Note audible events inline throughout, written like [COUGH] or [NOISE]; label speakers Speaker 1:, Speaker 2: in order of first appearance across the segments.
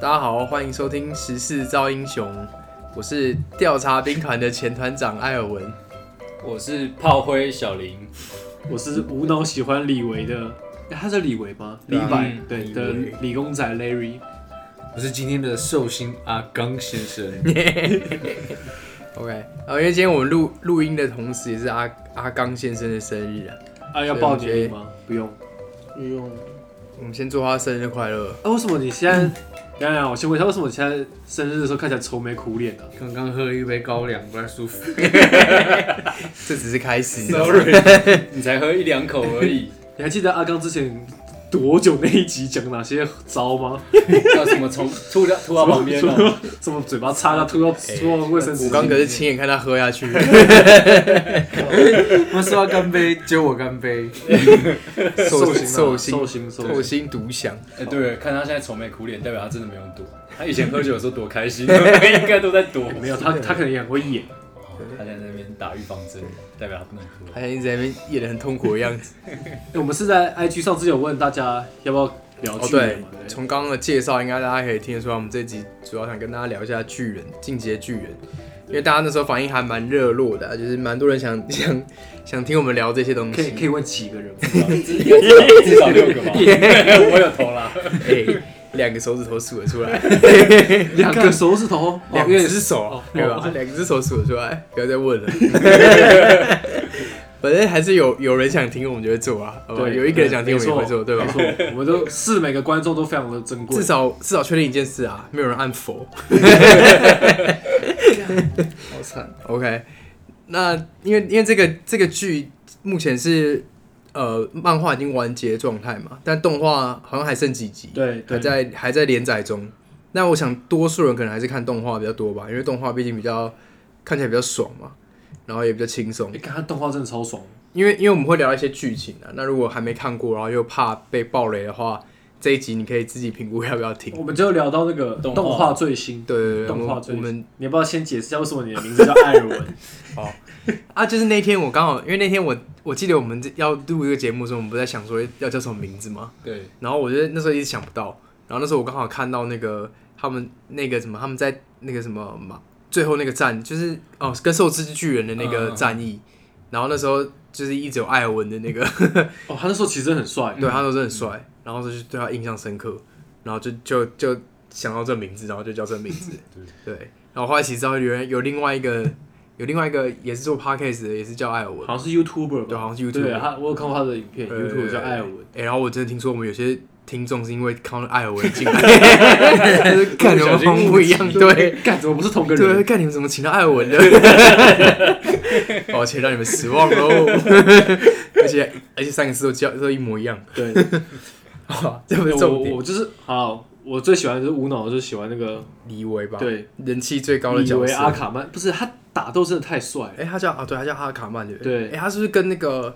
Speaker 1: 大家好，欢迎收听《时事造英雄》，我是调查兵团的前团长艾尔文。
Speaker 2: 我是炮灰小林，
Speaker 3: 我是无脑喜欢李维的，诶他是李维吗？李
Speaker 1: 对啊
Speaker 3: 百
Speaker 2: 嗯
Speaker 3: 对
Speaker 2: 李
Speaker 3: 的
Speaker 2: 维
Speaker 3: 理工仔 Larry，
Speaker 4: 我是今天的寿星阿刚先生，
Speaker 2: [LAUGHS]
Speaker 1: OK，然后因为今天我们录录音的同时，也是阿阿刚先生的生日啊，
Speaker 3: 啊，要报年龄吗？不用，啊
Speaker 5: 不用，
Speaker 1: 我们先祝他生日快乐。
Speaker 3: 啊，为什么你现在？等一下，我先问一下，为什么你现在生日的时候看起来愁眉苦脸呢、啊
Speaker 4: 刚刚喝了一杯高粱，不太舒服。
Speaker 1: 这只是开
Speaker 3: [LAUGHS]
Speaker 1: 始。
Speaker 2: Sorry
Speaker 4: [LAUGHS]
Speaker 2: 你才喝一两口而已，
Speaker 3: 你还记得阿刚之前多久那一集讲哪些招吗？
Speaker 2: 叫什
Speaker 4: [LAUGHS]
Speaker 2: 么从吐到吐到旁边啊
Speaker 3: [LAUGHS] 什
Speaker 2: 了？
Speaker 3: 么什么嘴巴擦到吐到吐到卫生纸
Speaker 1: 我，刚可是亲眼看他喝下去，
Speaker 4: 我说要干杯，结果我干杯。
Speaker 1: 寿寿
Speaker 3: [LAUGHS] 寿星啊寿
Speaker 1: 星
Speaker 3: 星寿
Speaker 1: 寿
Speaker 3: 星，
Speaker 1: 星独享。
Speaker 2: 哎，对了，看他现在愁眉苦脸，代表他真的没有躲。他以前喝酒的时候多开心， [LAUGHS] 应该都在躲。
Speaker 3: 没有他，他可能也很会演。
Speaker 2: 他现在在那边打预防针，代表他不能喝。
Speaker 1: 好像一直在那边演的很痛苦的样子。
Speaker 3: 诶我们是在 IG 上之前有问大家要不要聊
Speaker 1: 哦，
Speaker 3: 剧的
Speaker 1: 对
Speaker 3: 嘛？，对
Speaker 1: 从刚刚的介绍，应该大家可以听得出来，我们这集主要想跟大家聊一下巨人进阶巨人，因为大家那时候反应还蛮热络的啊、就是蛮多人想 [LAUGHS] 想想听我们聊这些东
Speaker 3: 可以可
Speaker 1: 西。
Speaker 3: 以问几个 [LAUGHS] 人吗？
Speaker 2: 至少六
Speaker 4: [LAUGHS]
Speaker 2: 个吧，我有投啦。
Speaker 1: 哎，两、个手指头数得出来，
Speaker 3: 两个手指头， [LAUGHS] 哦
Speaker 1: 两
Speaker 3: 因为
Speaker 1: 只手啊
Speaker 3: 哦，
Speaker 1: 对吧？两只手数得出来，不要再问了。
Speaker 3: [LAUGHS]
Speaker 1: 反正还是有有人想听，我们就会做啊。好吧有一个人想听，我
Speaker 3: 没
Speaker 1: 们也
Speaker 3: 错
Speaker 1: 会做，对吧？
Speaker 3: 没错，我们都是每个观众都非常的珍贵。
Speaker 1: 至少至少确定一件事啊，没有人按否。
Speaker 5: [LAUGHS] 好惨。
Speaker 1: OK，那因为因为这个这个剧目前是呃漫画已经完结状态嘛，但动画好像还剩几集，
Speaker 3: 对
Speaker 1: 还
Speaker 3: 对，
Speaker 1: 在还在连载中。那我想多数人可能还是看动画比较多吧，因为动画毕竟比较看起来比较爽嘛，然后也比较轻松
Speaker 3: 你。看他动画真的超爽，
Speaker 1: 因为因为我们会聊一些剧情啊，那如果还没看过，然后又怕被暴雷的话，这一集你可以自己评估要不要听。
Speaker 3: 我们就聊到那个
Speaker 2: 动画
Speaker 3: 动画最新，
Speaker 1: 对对对，
Speaker 3: 动画
Speaker 1: 我们
Speaker 3: 最
Speaker 1: 我们
Speaker 3: 新，你要不要先解释一下为什么你的名字叫艾
Speaker 1: [LAUGHS]
Speaker 3: 尔文？
Speaker 1: 啊，就是那天我刚好，因为那天我我记得我们这要录一个节目的时候，我们不是在想说要叫什么名字吗？
Speaker 2: 对，
Speaker 1: 然后我就那时候一直想不到，然后那时候我刚好看到那个他们那个什么，他们在那个什么嘛，最后那个战就是哦，跟受之巨人的那个
Speaker 2: 嗯
Speaker 1: 战役，然后那时候就是一直有艾尔文的那个，
Speaker 3: 哦，他那时候其实真的很帅，
Speaker 1: 对他啊那时候很帅，然后就是对他印象深刻，然后就就就想到这名字，然后就叫这名
Speaker 3: [LAUGHS]
Speaker 1: 字，对，然后后来其实知道有人有另外一个有另外一个也是做 podcast 的，也是叫艾尔文。
Speaker 3: 好像是 YouTuber 吧？
Speaker 1: 对好像是 YouTuber
Speaker 3: 对，他我有看过他的影片
Speaker 1: 对对
Speaker 3: ，YouTuber
Speaker 1: 对
Speaker 3: 叫艾尔文，
Speaker 1: 哎、然后我真的听说我们有些听众是因为看到艾尔文进
Speaker 3: [LAUGHS]
Speaker 1: 来，就是感觉好像不一样，对，
Speaker 3: 干怎么不是同个
Speaker 1: 对，
Speaker 3: 人？
Speaker 1: 看你们怎么请到艾尔文
Speaker 3: [LAUGHS]
Speaker 1: 的，抱歉让你们失望
Speaker 3: [LAUGHS]
Speaker 1: 喽。而且而且三个字都叫都一模一样， [LAUGHS]
Speaker 3: 对，哦
Speaker 1: 哇这不是
Speaker 3: 我
Speaker 1: 重
Speaker 3: 我
Speaker 1: 点，
Speaker 3: 我就是好，我最喜欢的就是无脑，我就喜欢那个
Speaker 1: 李维吧，，
Speaker 3: 对，
Speaker 1: 人气最高的
Speaker 3: 以
Speaker 1: 角
Speaker 3: 为
Speaker 1: 色。
Speaker 3: 阿卡曼不是他打斗真的太帅了，
Speaker 1: 哎、他叫啊，对，他叫哈卡曼对不
Speaker 3: 对
Speaker 1: 哎、他是不是跟那个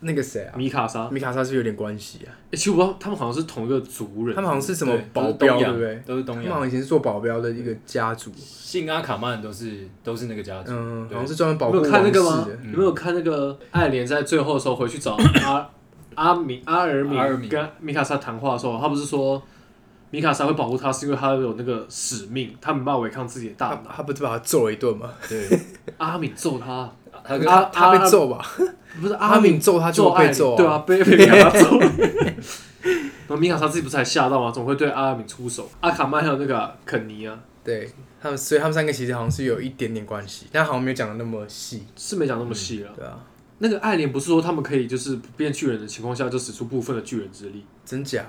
Speaker 1: 那个谁啊，
Speaker 3: 米卡莎，
Speaker 1: 米卡莎是不是有点关系啊？
Speaker 3: 诶其实我不知道他们好像是同一个族人，
Speaker 1: 他们好像是什么
Speaker 2: 对都
Speaker 1: 保
Speaker 2: 是
Speaker 1: 镖
Speaker 2: 东
Speaker 1: 对
Speaker 2: 洋
Speaker 1: 不对？
Speaker 2: 都是
Speaker 1: 他
Speaker 2: 东
Speaker 1: 们好像
Speaker 2: 洋，
Speaker 1: 以前是做保镖的一个家族，
Speaker 2: 信阿卡曼都是都是那个家族。
Speaker 1: 嗯，好
Speaker 2: 对
Speaker 1: 像是专门保
Speaker 3: 你
Speaker 1: 护
Speaker 3: 有看那个吗
Speaker 1: 王室的？
Speaker 2: 嗯
Speaker 3: 你没有看那个爱莲在最后的时候回去找阿阿米阿尔
Speaker 2: 阿尔米
Speaker 3: 米跟米卡莎谈话的时候，他不是说米卡莎会保护他，是因为他有那个使命，他没办法违抗自己的大
Speaker 1: 他
Speaker 3: 脑。
Speaker 1: 他不是把他揍了一顿吗？
Speaker 2: 对，
Speaker 4: [LAUGHS]
Speaker 3: 阿敏揍他，
Speaker 2: 他
Speaker 4: 啊
Speaker 2: 跟
Speaker 3: 阿
Speaker 1: 他被
Speaker 3: 阿
Speaker 1: 揍吧？
Speaker 3: 不是
Speaker 1: 阿
Speaker 3: 啊阿
Speaker 1: 敏
Speaker 3: 敏
Speaker 1: 揍他就
Speaker 3: 揍
Speaker 1: 会
Speaker 3: 爱
Speaker 1: 被揍啊
Speaker 3: 对啊，被被米卡莎揍。然后米卡莎自己不是还吓到吗？总会对阿敏出手。阿卡曼还有那个肯尼啊，
Speaker 1: 对他们，所以他们三个其实好像是有一点点关系，但好像没有讲的那么细，
Speaker 3: 是没讲那么细了。
Speaker 1: 对啊，
Speaker 3: 那个爱莲不是说他们可以就是不变巨人的情况下，就使出部分的巨人之力？
Speaker 1: 真假？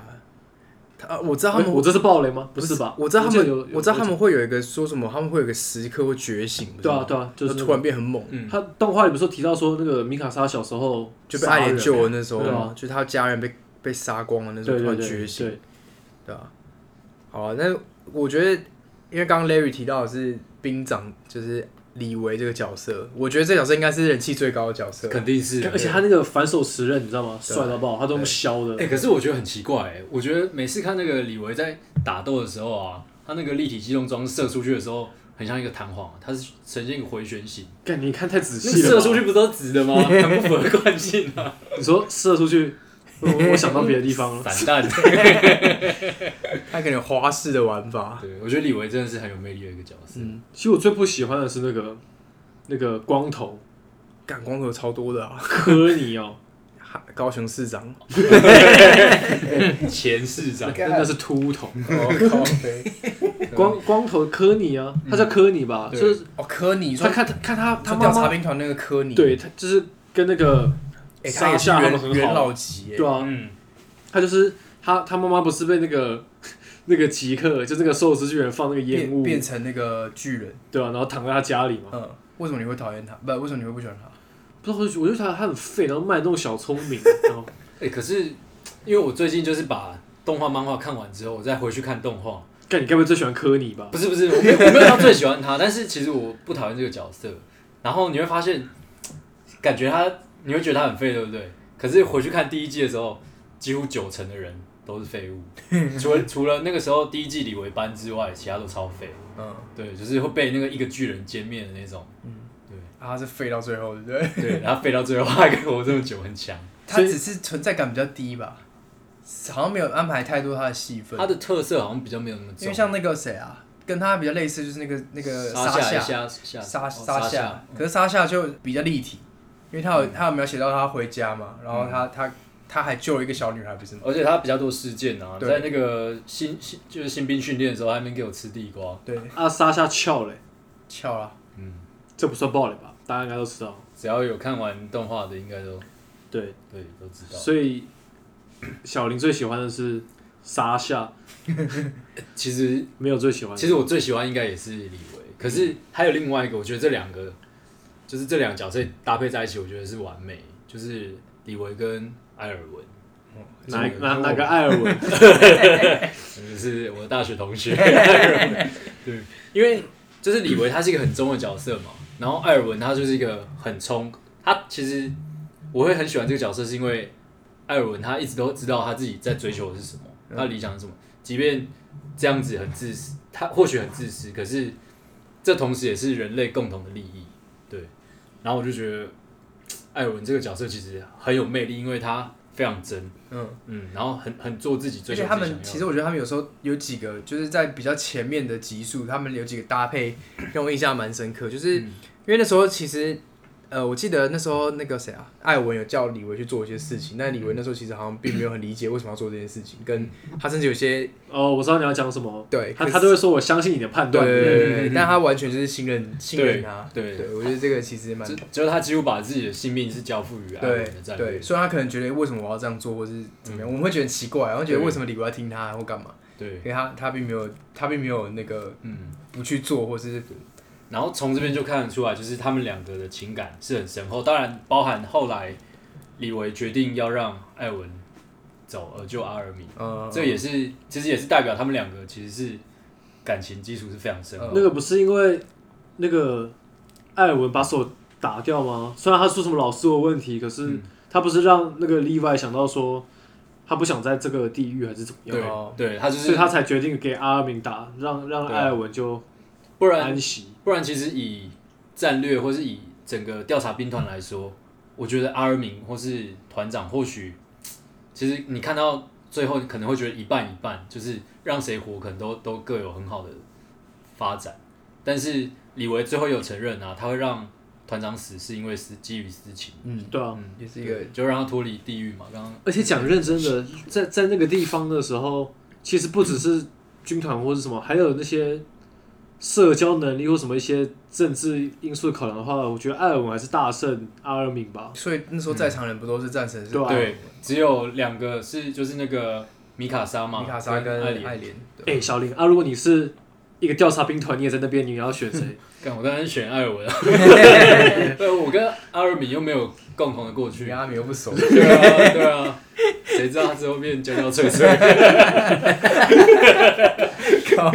Speaker 1: 他啊我知道他们，
Speaker 3: 我这是暴雷吗？不是吧？
Speaker 1: 我知道他
Speaker 3: 记得
Speaker 1: 们
Speaker 3: 有，，
Speaker 1: 我知道他们会有一个说什么，他们会有一个时刻会觉醒，
Speaker 3: 对
Speaker 1: 不
Speaker 3: 啊，
Speaker 1: 是吗
Speaker 3: 对啊，就是
Speaker 1: 就突然变很猛，
Speaker 2: 嗯
Speaker 3: 他动画里不是有提到说那个米卡莎小时候
Speaker 1: 就被爱莲
Speaker 3: 杀人
Speaker 1: 救了那时候
Speaker 3: 对
Speaker 1: 嘛
Speaker 3: 啊，
Speaker 1: 就是他家人被被杀光了那时候
Speaker 3: 对
Speaker 1: 突
Speaker 3: 对
Speaker 1: 然
Speaker 3: 对
Speaker 1: 觉
Speaker 3: 对
Speaker 1: 醒，对啊，好啊，那我觉得，因为刚刚 Larry 提到的是兵长，就是李维这个角色，我觉得这角色应该是人气最高的角色。
Speaker 2: 肯定是
Speaker 3: 对，而且他那个反手持刃你知道吗？
Speaker 1: 对
Speaker 3: 帅到爆，他都用削的
Speaker 2: 哎、，可是我觉得很奇怪、欸，我觉得每次看那个李维在打斗的时候啊，他那个立体机动装射出去的时候，很像一个弹簧，它是呈现一个回旋形。
Speaker 3: 干你看太仔
Speaker 2: 那
Speaker 3: 细
Speaker 2: 射
Speaker 3: 了
Speaker 2: 出
Speaker 3: 吧。
Speaker 2: 去不是都直的吗？很不符合惯性啊！
Speaker 3: 你说射出去，
Speaker 1: [LAUGHS]
Speaker 3: 我我想到别的地方了。
Speaker 2: 散弹。
Speaker 1: 他可能有花式的玩法，
Speaker 2: 对，我觉得李维真的是很有魅力的一个角色。
Speaker 1: 嗯，
Speaker 3: 其实我最不喜欢的是那个那个光头
Speaker 1: 干光头超多的啊，
Speaker 3: 科尼
Speaker 1: [LAUGHS]
Speaker 3: 哦，
Speaker 1: 哈高雄市长，
Speaker 2: 前市长，
Speaker 3: [LAUGHS] 那那是秃头，
Speaker 5: 哦，靠北
Speaker 3: 光光头科尼啊，他叫科尼吧？
Speaker 2: 对
Speaker 3: 就是
Speaker 1: [LAUGHS] 哦科尼，
Speaker 3: 他
Speaker 1: 说
Speaker 3: 看看他他
Speaker 1: 他
Speaker 3: 妈
Speaker 1: 调查
Speaker 3: 妈，
Speaker 1: 兵团那个科尼，
Speaker 3: 对，他就是跟那个
Speaker 1: 哎，他也是
Speaker 3: 沙夏他们很
Speaker 1: 元
Speaker 3: 好
Speaker 1: 元老级耶，
Speaker 3: 对啊，
Speaker 2: 嗯，
Speaker 3: 他就是他他妈妈不是被那个那个极客，就那个寿司巨人放那个烟雾
Speaker 1: 变，变成那个巨人，
Speaker 3: 对啊，然后躺在他家里嘛。
Speaker 1: 嗯，为什么你会讨厌他？不，为什么你会不喜欢他？
Speaker 3: 不知道，我就我就觉得他很废，然后卖那种小聪明，然后
Speaker 2: 哎、可是因为我最近就是把动画、漫画看完之后，我再回去看动画，
Speaker 3: 干你该不会最喜欢科尼吧？
Speaker 2: 不是不是，我没有我没有到最喜欢他，但是其实我不讨厌这个角色。然后你会发现，感觉他你会觉得他很废，对不对？可是回去看第一季的时候，几乎九成的人都是废物，除了除了那个时候第一季李维班之外，其他都超废。
Speaker 1: 嗯，
Speaker 2: 对，就是会被那个一个巨人歼灭的那种。
Speaker 1: 啊他是废到最后，对不对？ [LAUGHS]
Speaker 2: 对，然后废到最后还跟我这么久，很强。
Speaker 1: 他只是存在感比较低吧，好像没有安排太多他的戏份
Speaker 2: 他。的特色好像比较没有那么
Speaker 1: 因为
Speaker 2: 重。
Speaker 1: 像那个谁啊，跟他比较类似就是那个那个
Speaker 2: 沙
Speaker 1: 夏
Speaker 2: 夏夏
Speaker 1: 沙沙
Speaker 2: 哦沙夏嗯
Speaker 1: 夏，，可是沙夏就比较立体，因为他有他有描写到他回家嘛，然后他他他还救了一个小女孩，不是吗？
Speaker 2: 而且他比较多事件啊，
Speaker 1: 对
Speaker 2: 在那个新新就是新兵训练的时候，他那边给我吃地瓜，
Speaker 1: 对，
Speaker 3: 啊，沙夏翘嘞，
Speaker 1: 翘了，
Speaker 3: 这不算暴雷吧？大家应该都知道。
Speaker 2: 只要有看完动画的，应该都
Speaker 3: 对，
Speaker 2: 对都知道。
Speaker 3: 所以小林最喜欢的是沙夏，
Speaker 2: 其实
Speaker 3: 没有最喜欢的。
Speaker 2: 其实我最喜欢应该也是李维，可是还有另外一个，我觉得这两个就是这两个角色搭配在一起，我觉得是完美，就是李维跟埃尔文，
Speaker 3: 哪
Speaker 2: 这
Speaker 3: 哪哪个艾尔
Speaker 1: [LAUGHS]
Speaker 3: 文？
Speaker 2: 就是我的大学同学艾尔文。对，因为就是李维他是一个很中的角色嘛，然后艾尔文他就是一个很冲，他其实我会很喜欢这个角色，是因为艾尔文他一直都知道他自己在追求的是什么，他的理想是什么，即便这样子很自私，他或许很自私，可是这同时也是人类共同的利益。对，然后我就觉得艾尔文这个角色其实很有魅力，因为他非常真，
Speaker 1: 嗯，
Speaker 2: 嗯，然后很很做自己
Speaker 1: 而
Speaker 2: 追
Speaker 1: 且
Speaker 2: 求自己
Speaker 1: 他
Speaker 2: 想要
Speaker 1: 们
Speaker 2: 的
Speaker 1: 其实我觉得他们有时候有几个就是在比较前面的集数，他们有几个搭配让我印象蛮深刻，就是因
Speaker 2: 嗯
Speaker 1: 为那时候其实。呃，我记得那时候那个谁啊，艾文有叫李维去做一些事情，但李维那时候其实好像并没有很理解为什么要做这件事情，跟他甚至有些
Speaker 3: 哦，我知道你要讲什么。
Speaker 1: 对
Speaker 3: 他
Speaker 1: 可是
Speaker 3: 他都会说我相信你的判
Speaker 1: 对
Speaker 3: 断。
Speaker 1: 对
Speaker 3: 对
Speaker 1: 对
Speaker 3: 不
Speaker 1: 对，但他完全就是信任信任他，
Speaker 2: 对
Speaker 1: 对我觉得这个其实蛮
Speaker 2: 就就是他几乎把自己的性命是交付于艾
Speaker 1: 对
Speaker 2: 伦的战略嗯
Speaker 1: 对，。虽然他可能觉得为什么我要这样做，或是怎么样，我们会觉得很奇怪，然后觉得为什么李维要听他或干嘛，
Speaker 2: 对
Speaker 1: 因为他他并没有他并没有那个
Speaker 2: 嗯。
Speaker 1: 不去做，或是
Speaker 2: 然后从这边就看得出来，就是他们两个的情感是很深厚，当然包含后来李维决定要让艾文走，而救阿尔米，
Speaker 1: 呃，
Speaker 3: 嗯
Speaker 2: 这也是其实也是代表他们两个其实是感情基础是非常深厚
Speaker 1: 嗯
Speaker 2: 的。
Speaker 3: 那个不是因为那个艾尔文把手打掉吗？虽然他说什么老师有问题，可是
Speaker 2: 嗯
Speaker 3: 他不是让那个例外想到说他不想在这个地狱还是怎么样，
Speaker 1: 哦
Speaker 2: 对对，他就
Speaker 3: 所
Speaker 2: 是
Speaker 3: 以他才决定给阿尔敏打，让让
Speaker 2: 对啊
Speaker 3: 艾尔文就
Speaker 2: 不然
Speaker 3: 安息。
Speaker 2: 不然，其实以战略或是以整个调查兵团来说，我觉得阿尔敏或是团长，或许其实你看到最后，你可能会觉得一半一半，就是让谁活，可能都都各有很好的发展。但是李维最后有承认啊，他会让团长死，是因为是基于私情，
Speaker 1: 嗯，
Speaker 3: 对啊，
Speaker 1: 也是一个
Speaker 2: 就让他脱离地狱嘛。刚刚
Speaker 3: 而且讲认真的，在在那个地方的时候，其实不只是军团或是什么，还有那些社交能力或什么一些政治因素考量的话，我觉得艾尔文还是大胜阿尔敏吧。
Speaker 1: 所以那时候在场人不都是战神是
Speaker 3: 对啊
Speaker 2: 对，只有两个是就是那个米卡莎嘛，
Speaker 1: 米卡莎跟
Speaker 2: 艾莲
Speaker 1: 爱莲，对
Speaker 3: 哎、小林啊，如果你是一个调查兵团，你也在那边，你要选谁？ [LAUGHS]
Speaker 2: 干，我当然选艾尔文啊！对，我跟阿尔敏又没有共同的过去
Speaker 1: 你，跟阿米又不熟，
Speaker 2: 对啊，对啊，谁知道他之后变娇娇脆脆？
Speaker 1: 靠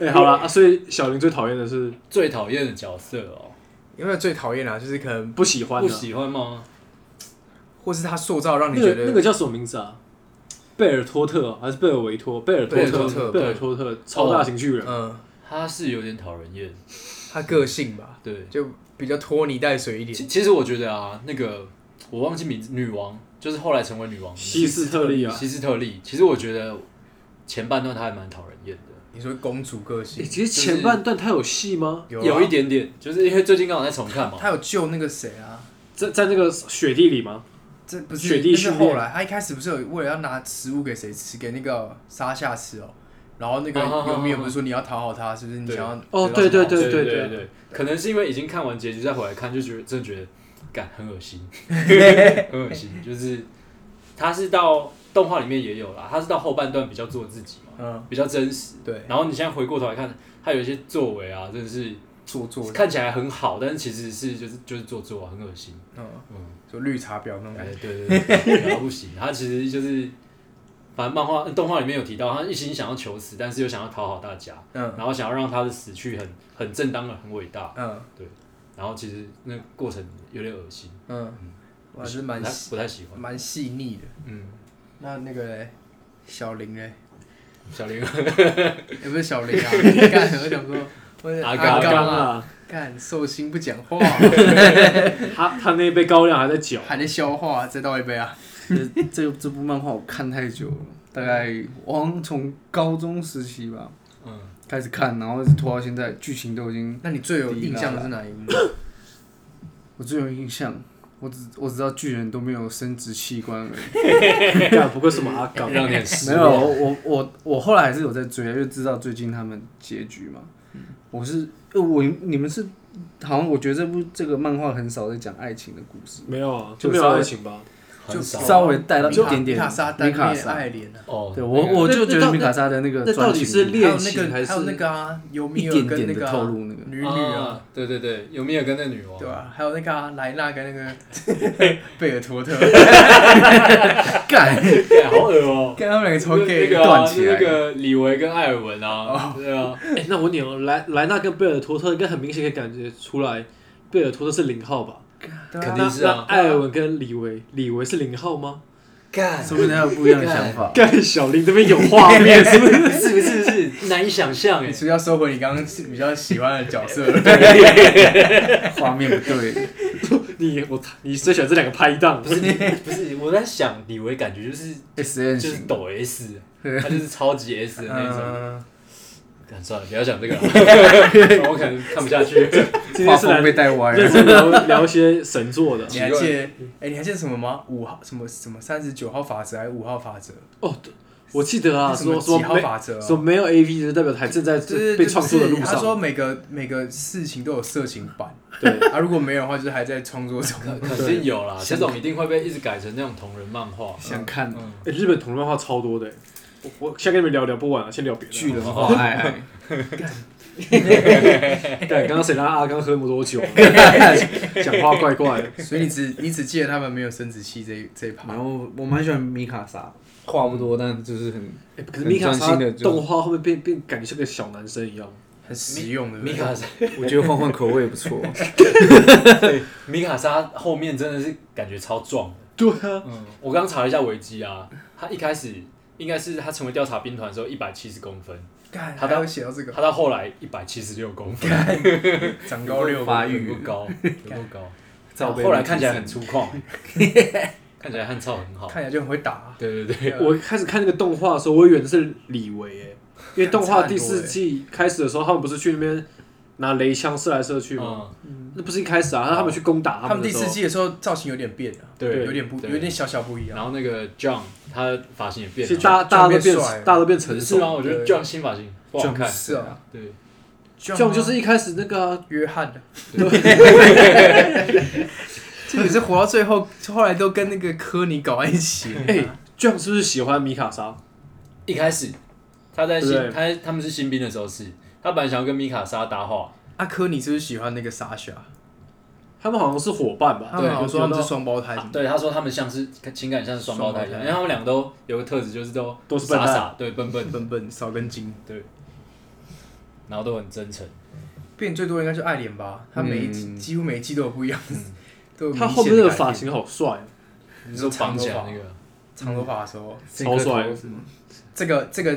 Speaker 3: 哎、好啦，啊，所以小林最讨厌的是
Speaker 2: 最讨厌的角色哦，
Speaker 1: 有没有最讨厌啊？就是可能
Speaker 3: 不喜欢
Speaker 2: 不
Speaker 3: 的，
Speaker 2: 喜欢吗？
Speaker 1: 或是他塑造让你
Speaker 3: 那
Speaker 1: 觉
Speaker 3: 个那个
Speaker 1: 得
Speaker 3: 叫什么名字啊？贝尔托特啊还是贝尔维托？贝尔托
Speaker 1: 贝尔托
Speaker 3: 特，
Speaker 1: 特
Speaker 3: 贝尔托
Speaker 2: 哦
Speaker 3: 特，超大型巨人。
Speaker 1: 嗯，
Speaker 2: 他是有点讨人厌，
Speaker 1: 他个性吧，
Speaker 2: 对，
Speaker 1: 就比较拖泥带水一点，
Speaker 2: 其其实我觉得啊，那个我忘记名字，女王就是后来成为女王的
Speaker 3: 西斯特利啊亚。
Speaker 2: 希斯特利。其实我觉得前半段她还蛮讨人厌的，
Speaker 1: 你说公主个性
Speaker 3: 诶哎其实前半段他有戏吗？
Speaker 1: 有啊
Speaker 2: 有一，点点，就是因为最近刚好在重看嘛。
Speaker 1: 他有救那个谁啊？
Speaker 3: 在在那个雪地里吗？
Speaker 1: 这不是
Speaker 3: 雪地
Speaker 1: 那是
Speaker 3: 训练
Speaker 1: 后来，他一开始不是有为了要拿食物给谁吃，给那个沙夏吃哦。然后那个
Speaker 2: 啊啊啊啊
Speaker 1: 尤米尔不是说你要讨好他，是不是？你
Speaker 2: 对
Speaker 1: 想要得到什么
Speaker 3: 哦
Speaker 1: 好
Speaker 3: 对
Speaker 2: 对
Speaker 3: 对
Speaker 2: 对
Speaker 3: 对
Speaker 2: 对，可能是因为已经看完结局再回来看，就觉得真的觉得，感很恶
Speaker 1: [LAUGHS]
Speaker 2: 心，很恶心。就是他是到动画里面也有啦，他是到后半段比较做自己嘛，
Speaker 1: 嗯，
Speaker 2: 比较真实。
Speaker 1: 对，
Speaker 2: 然后你现在回过头来看，他有一些作为啊，真的是
Speaker 1: 做作的，
Speaker 2: 看起来很好，但是其实是就是就是做作啊，很恶心。
Speaker 1: 嗯，
Speaker 2: 嗯，
Speaker 1: 就绿茶婊那种
Speaker 2: 哎
Speaker 1: 感觉。，
Speaker 2: 对对对，然后不行，他其实就是，反正漫画嗯动画里面有提到，他一心想要求死，但是又想要讨好大家，
Speaker 1: 嗯
Speaker 2: 然后想要让他的死去很很正当的很伟大，
Speaker 1: 嗯
Speaker 2: 然后其实那个过程有点恶心，
Speaker 1: 嗯，我还是蛮
Speaker 2: 不太不太喜欢。
Speaker 1: 蛮细腻的。
Speaker 2: 嗯，
Speaker 1: 那那个嘞，小林 [LAUGHS] 嘞，
Speaker 2: 嗯小林啊
Speaker 1: 也不是小林啊， [LAUGHS] 干，我想说，我
Speaker 2: 阿
Speaker 1: 刚
Speaker 2: 刚
Speaker 1: 刚啊，
Speaker 3: 啊，
Speaker 1: 干寿星不讲 [LAUGHS] 话，
Speaker 3: 他他那杯高粱还在嚼。
Speaker 2: [LAUGHS]
Speaker 1: 还在消化，再倒一杯啊。
Speaker 5: 这 [LAUGHS] 这这部漫画我看太久了，大概我好像从高中时期吧
Speaker 2: 嗯，
Speaker 5: 开始看，然后一直拖到现在，剧情都已经
Speaker 1: 那你最有印象的是哪一幕？
Speaker 5: 我最有印象。我只我只知道巨人都没有生殖器官
Speaker 3: [LAUGHS]
Speaker 5: 而已，
Speaker 3: 干不过什么阿刚，
Speaker 2: 让你很失
Speaker 5: 没有
Speaker 2: 望。
Speaker 5: 我我我后来还是有在追，因为知道最近他们结局嘛。
Speaker 3: 嗯
Speaker 5: 我是呃我你们是好像我觉得这部这个漫画很少在讲爱情的故事，
Speaker 3: 没有啊，
Speaker 5: 就
Speaker 3: 就没有爱情吧？
Speaker 2: 很少啊
Speaker 5: 稍微带到一
Speaker 1: 米卡
Speaker 5: 点点
Speaker 1: 米卡莎丹
Speaker 5: 米卡
Speaker 1: 恋
Speaker 5: 莎
Speaker 1: 爱恋啊，
Speaker 2: 哦，
Speaker 5: 对我，我就觉得米卡莎的那个
Speaker 3: 那到底是
Speaker 1: 还有
Speaker 3: 恋
Speaker 5: 专情
Speaker 1: 那
Speaker 3: 情还
Speaker 1: 个还
Speaker 3: 是
Speaker 1: 有那个啊，尤米
Speaker 5: 一
Speaker 1: 尔
Speaker 5: 点
Speaker 1: 跟
Speaker 5: 点
Speaker 1: 那个
Speaker 5: 的
Speaker 1: 啊
Speaker 5: 透露那个，
Speaker 1: 女女啊，，
Speaker 2: 对对对，有没有跟那女王？
Speaker 1: 对吧？还有那个啊莱纳跟那个 [LAUGHS] 贝尔托特，
Speaker 5: 干
Speaker 2: 对，好恶
Speaker 1: [LAUGHS]
Speaker 2: 哦。
Speaker 1: 跟他们两个超
Speaker 2: 那
Speaker 1: gay 的。
Speaker 2: 那个啊
Speaker 5: 断起来
Speaker 2: 那个李维跟艾尔文啊，对啊，
Speaker 3: [LAUGHS] 哎，那我问你哦，莱莱纳跟贝尔托特应该很明显可以感觉出来，贝尔托特是零号吧？
Speaker 1: 对啊
Speaker 2: 肯
Speaker 3: 那
Speaker 2: 定是
Speaker 3: 那
Speaker 2: 啊
Speaker 3: 艾尔文跟李维，李维是零号吗？ [LAUGHS]
Speaker 2: 干
Speaker 5: 说不定他有不一样的想法。
Speaker 3: 干小林这边有画面是不是？ [LAUGHS]
Speaker 2: 是不是是难以想象
Speaker 1: [LAUGHS]
Speaker 2: 哎
Speaker 1: 你？是不是要收回你刚刚是比较喜欢的角
Speaker 3: [LAUGHS]
Speaker 1: 色了？
Speaker 5: 画面不对，
Speaker 3: 你我你最喜欢这两个拍档？
Speaker 2: 不是不是，我在想李维感觉就是
Speaker 5: ，S N
Speaker 2: 就是
Speaker 5: 型，
Speaker 2: 抖 S，他就是超级 S 的那种。
Speaker 1: 嗯，
Speaker 2: 干算了，不要讲这个了，我可能看不下去。
Speaker 3: 今
Speaker 5: [LAUGHS] 画
Speaker 3: 天是来
Speaker 5: 风被带歪
Speaker 3: 认
Speaker 5: 了。
Speaker 3: 真聊聊一些神作的
Speaker 1: 你还记得？哎，你还记得什么吗？五号什么什么三十九号法则还是五号法则？
Speaker 3: 哦。对我记得啊，
Speaker 1: 什
Speaker 3: 说
Speaker 1: 么
Speaker 3: 说
Speaker 1: 几号
Speaker 3: 没
Speaker 1: 法则啊？
Speaker 3: 说没有 A V 就代表还正在
Speaker 1: 就是
Speaker 3: 被创作的路
Speaker 1: 就是他说
Speaker 3: 上。
Speaker 1: 每个每个事情都有色情版，
Speaker 3: 对，
Speaker 1: [LAUGHS] 啊，如果没有的话，就是还在创作
Speaker 3: [LAUGHS]
Speaker 1: 中。
Speaker 2: [LAUGHS] 肯肯定有啦，这种一定会被一直改成那种同人漫画。
Speaker 5: 想看
Speaker 2: 嗯，
Speaker 3: 欸日本同人漫画超多的欸，我我先跟你们聊聊不晚了，先聊别的。啊
Speaker 5: 巨人 [LAUGHS] 化爱
Speaker 3: 干刚刚谁让阿刚喝那么
Speaker 1: [LAUGHS]
Speaker 3: 多酒啊？讲话怪怪的。
Speaker 1: 所以你只你只记得他们没有生殖器这一这一
Speaker 5: 爱，蛮
Speaker 1: 趴，
Speaker 5: 我我蛮喜欢米卡莎，话不多，但就是很
Speaker 3: 欸可是米卡
Speaker 5: 很专
Speaker 3: 莎
Speaker 5: 心地就
Speaker 3: 动画后面变变感觉像个小男生一样。
Speaker 1: 很实用的。对
Speaker 2: 米
Speaker 1: 不对
Speaker 2: 卡莎，
Speaker 5: [LAUGHS] 我觉得换换口味不错。
Speaker 2: 米卡莎后面真的是感觉超壮的。
Speaker 3: 对啊，
Speaker 2: 嗯，我刚查了一下维基啊，他一开始应该是他成为调查兵团的时候一百七十公分，
Speaker 1: 干，他
Speaker 2: 他当
Speaker 1: 都会写到这个
Speaker 2: 他到后来一百七十六公分，
Speaker 1: 长高六
Speaker 5: 发育
Speaker 2: 有多高，有多高。
Speaker 5: 罩杯
Speaker 2: 后来看起来很粗犷，看起来汉操很好。
Speaker 1: 看起来就很会打。
Speaker 2: 对对
Speaker 1: 对
Speaker 2: 对，
Speaker 1: 啊
Speaker 3: 我开始看那个动画的时候，我以为是李维诶，因为动画第四季开始的时候，他们不是去那边拿雷枪射来射去吗？
Speaker 2: 嗯，
Speaker 3: 那不是一开始啊，他们去攻打
Speaker 1: 他们
Speaker 3: 们的
Speaker 1: 第
Speaker 3: 时候
Speaker 1: 四季的时候造型有点变了，
Speaker 2: 对
Speaker 1: 有点不
Speaker 2: 对
Speaker 1: 有点小小不一样。
Speaker 2: 然后那个 John 他的发型也变
Speaker 3: 其
Speaker 2: 了，
Speaker 3: 实大家大家都变
Speaker 1: 就变帅了啊
Speaker 3: 大家都变成
Speaker 2: 是
Speaker 3: 熟。
Speaker 2: 吗？我觉得 John 新发型不好看，
Speaker 1: 是啊，
Speaker 2: 对，
Speaker 1: 这
Speaker 3: 这种就是一开始那个啊、
Speaker 1: 约 [LAUGHS] 翰的，这也是活到最后，后来都跟那个科尼搞在一起。
Speaker 3: 哎、这样是不是喜欢米卡莎？
Speaker 2: 一开始他在新
Speaker 3: 对
Speaker 2: 他在他们是新兵的时候是，他本来想要跟米卡莎搭话，
Speaker 1: 啊，科尼是不是喜欢那个莎莎？
Speaker 3: 他们好像是伙伴吧？
Speaker 1: 他们好像说他们是
Speaker 3: 有
Speaker 1: 双胞胎，
Speaker 2: 啊对他说他们像是情感像是双胞胎一样，
Speaker 1: 双胞胎
Speaker 2: 因为他们两个都有个特质就是都
Speaker 3: 都是笨
Speaker 2: 傻
Speaker 3: 蛋
Speaker 2: 傻，对笨笨，
Speaker 1: 笨笨少根筋。
Speaker 2: 然后都很真诚，
Speaker 1: 变最多应该是爱莲吧，他每一季、
Speaker 5: 嗯
Speaker 1: 几乎每一季都有不一样的，都有
Speaker 3: 到
Speaker 1: 明
Speaker 3: 他
Speaker 1: 显
Speaker 3: 后面
Speaker 1: 的
Speaker 3: 那个
Speaker 1: 改变
Speaker 3: 发，型好帅，
Speaker 2: 你说绑起来
Speaker 1: 长头发
Speaker 2: 那个，
Speaker 1: 长头发的时候，
Speaker 3: 超帅
Speaker 5: 这个头是吗
Speaker 1: 这个这个，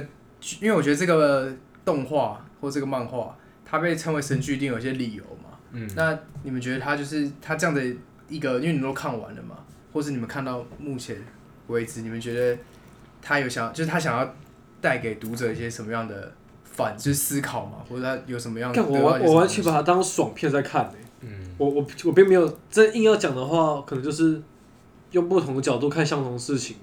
Speaker 1: 因为我觉得这个动画或这个漫画，它被称为神剧一定有一些理由嘛。
Speaker 2: 嗯，
Speaker 1: 那你们觉得它就是它这样的一个，因为你们都看完了嘛，或是你们看到目前为止，你们觉得他有想，就是他想要带给读者一些什么样的反，就是思考嘛，或者他有什么样的？
Speaker 3: 干我完我完全把它当爽片在看、欸、
Speaker 2: 嗯，
Speaker 3: 我我我并没有真硬要讲的话，可能就是用不同的角度看相同事情，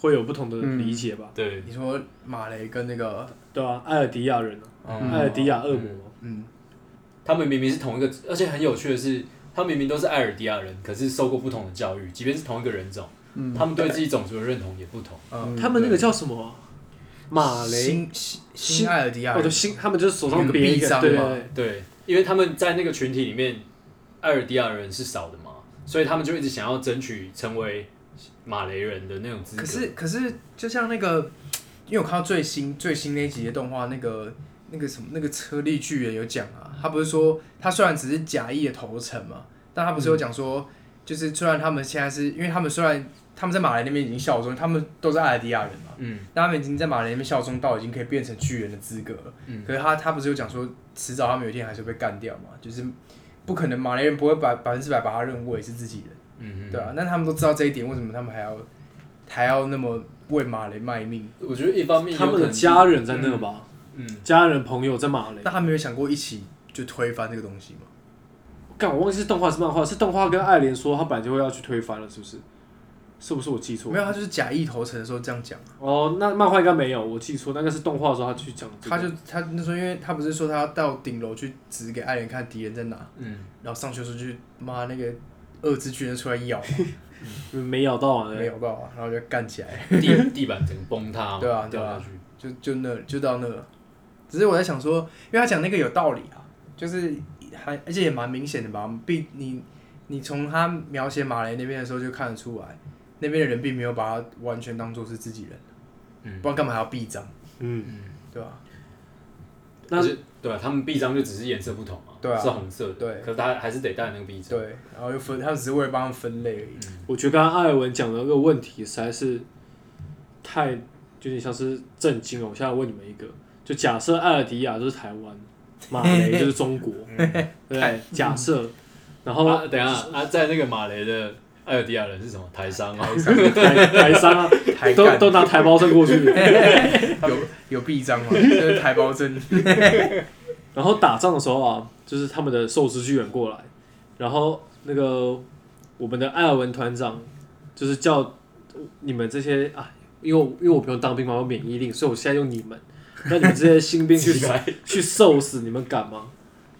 Speaker 3: 会有不同的
Speaker 1: 嗯
Speaker 3: 理解吧。
Speaker 2: 对，
Speaker 1: 你说马雷跟那个，
Speaker 3: 对啊，艾尔迪亚人、啊，
Speaker 2: 嗯
Speaker 3: 艾尔迪亚恶魔嘛，
Speaker 1: 嗯，
Speaker 2: 他们明明是同一个，而且很有趣的是，他们明明都是艾尔迪亚人，可是受过不同的教育，即便是同一个人种，他们对自己种族的认同也不同。
Speaker 1: 嗯，
Speaker 3: 他们那个叫什么啊、马雷，
Speaker 1: 新新新艾尔迪亚
Speaker 3: 哦
Speaker 1: 人
Speaker 3: 对，新，他们就是手上
Speaker 1: 有个
Speaker 3: 别一
Speaker 1: 臂
Speaker 3: 个，
Speaker 1: 章
Speaker 3: 对对
Speaker 1: 嘛
Speaker 3: 对，
Speaker 2: 对，因为他们在那个群体里面，艾尔迪亚人是少的嘛，所以他们就一直想要争取成为马雷人的那种资格。
Speaker 1: 可是可是，就像那个，因为我看到最新最新那一集的动画，那个那个什么那个车力巨人有讲
Speaker 2: 嗯
Speaker 1: 啊，他不是说他虽然只是假意的投诚嘛，但他不是有讲说，就是虽然他们现在是因为他们虽然他们在马来那边已经效忠，他们都是艾尔迪亚人嘛，
Speaker 2: 嗯，
Speaker 1: 但他们已经在马来那边效忠到已经可以变成巨人的资格了，
Speaker 2: 嗯
Speaker 1: 可是他他不是有讲说，迟早他们有一天还是会被干掉嘛，就是不可能马来人不会百百分之百把他认为是自己人。
Speaker 2: 嗯嗯，
Speaker 1: 对啊，那他们都知道这一点，为什么他们还要还要那么为马雷卖命？
Speaker 2: 我觉得一方面有
Speaker 3: 他们
Speaker 2: 可
Speaker 3: 的
Speaker 2: 能是
Speaker 3: 家，人在那吧，
Speaker 2: 嗯，
Speaker 3: 家人朋友在马雷
Speaker 1: 那。他没有想过一起就推翻这个东西吗？
Speaker 3: 干，我忘记是动画是漫画，是动画跟爱莲说他本来就会要去推翻了，是不是？是不是我记错？
Speaker 1: 没有，他就是假意投诚的时候这样讲，
Speaker 3: 哦，那漫画应该没有，我记错，那个是动画的时候他去讲、这个。
Speaker 1: 他就他那时候，因为他不是说他要到顶楼去指给爱莲看敌人在哪，
Speaker 2: 嗯，
Speaker 1: 然后上去的时候就妈那个二只巨人出来咬嘛，
Speaker 3: 嗯没咬到啊，
Speaker 1: 没咬到啊，然后就干起来，
Speaker 2: 地 [LAUGHS] 地板整个崩塌嘛，
Speaker 1: 对啊对
Speaker 2: 掉
Speaker 1: 啊
Speaker 2: 下去，
Speaker 1: 就就那就到那了。只是我在想说，因为他讲那个有道理啊，就是还而且也蛮明显的吧，并你你从他描写马来那边的时候就看得出来，那边的人并没有把他完全当做是自己人，
Speaker 2: 嗯
Speaker 1: 不然干嘛还要臂章，
Speaker 3: 嗯，
Speaker 1: 对吧、
Speaker 3: 那
Speaker 2: 而且对啊，他们臂章就只是颜色不同嘛，
Speaker 1: 对啊
Speaker 2: 是红色的，
Speaker 1: 对
Speaker 2: 可是他还是得戴那个臂章，
Speaker 1: 对，然后又分，他们只是为了帮他们分类而已。
Speaker 3: 我觉得刚刚艾文讲的那个问题实在是太有点像是震惊了。我现在问你们一个，就假设艾尔迪亚就是台湾，马雷就是中国，
Speaker 1: 嗯
Speaker 3: 对不对？假设，然
Speaker 1: 哦
Speaker 3: 后
Speaker 2: 啊，等一下啊，在那个马雷的艾尔迪亚人是什么台商
Speaker 1: [LAUGHS]
Speaker 2: 啊？
Speaker 3: 台台商啊，
Speaker 1: 台
Speaker 3: 都
Speaker 1: 干
Speaker 3: 都拿台胞证过去， [LAUGHS]
Speaker 1: 有有臂章嘛，就是台胞证。
Speaker 3: 然后打仗的时候啊，就是他们的寿司巨人过来，然后那个我们的艾尔文团长就是叫你们这些啊，因为我因为我不用当兵嘛，我有免疫令，所以我现在用你们，那你们这些新兵去去受死，你们敢吗？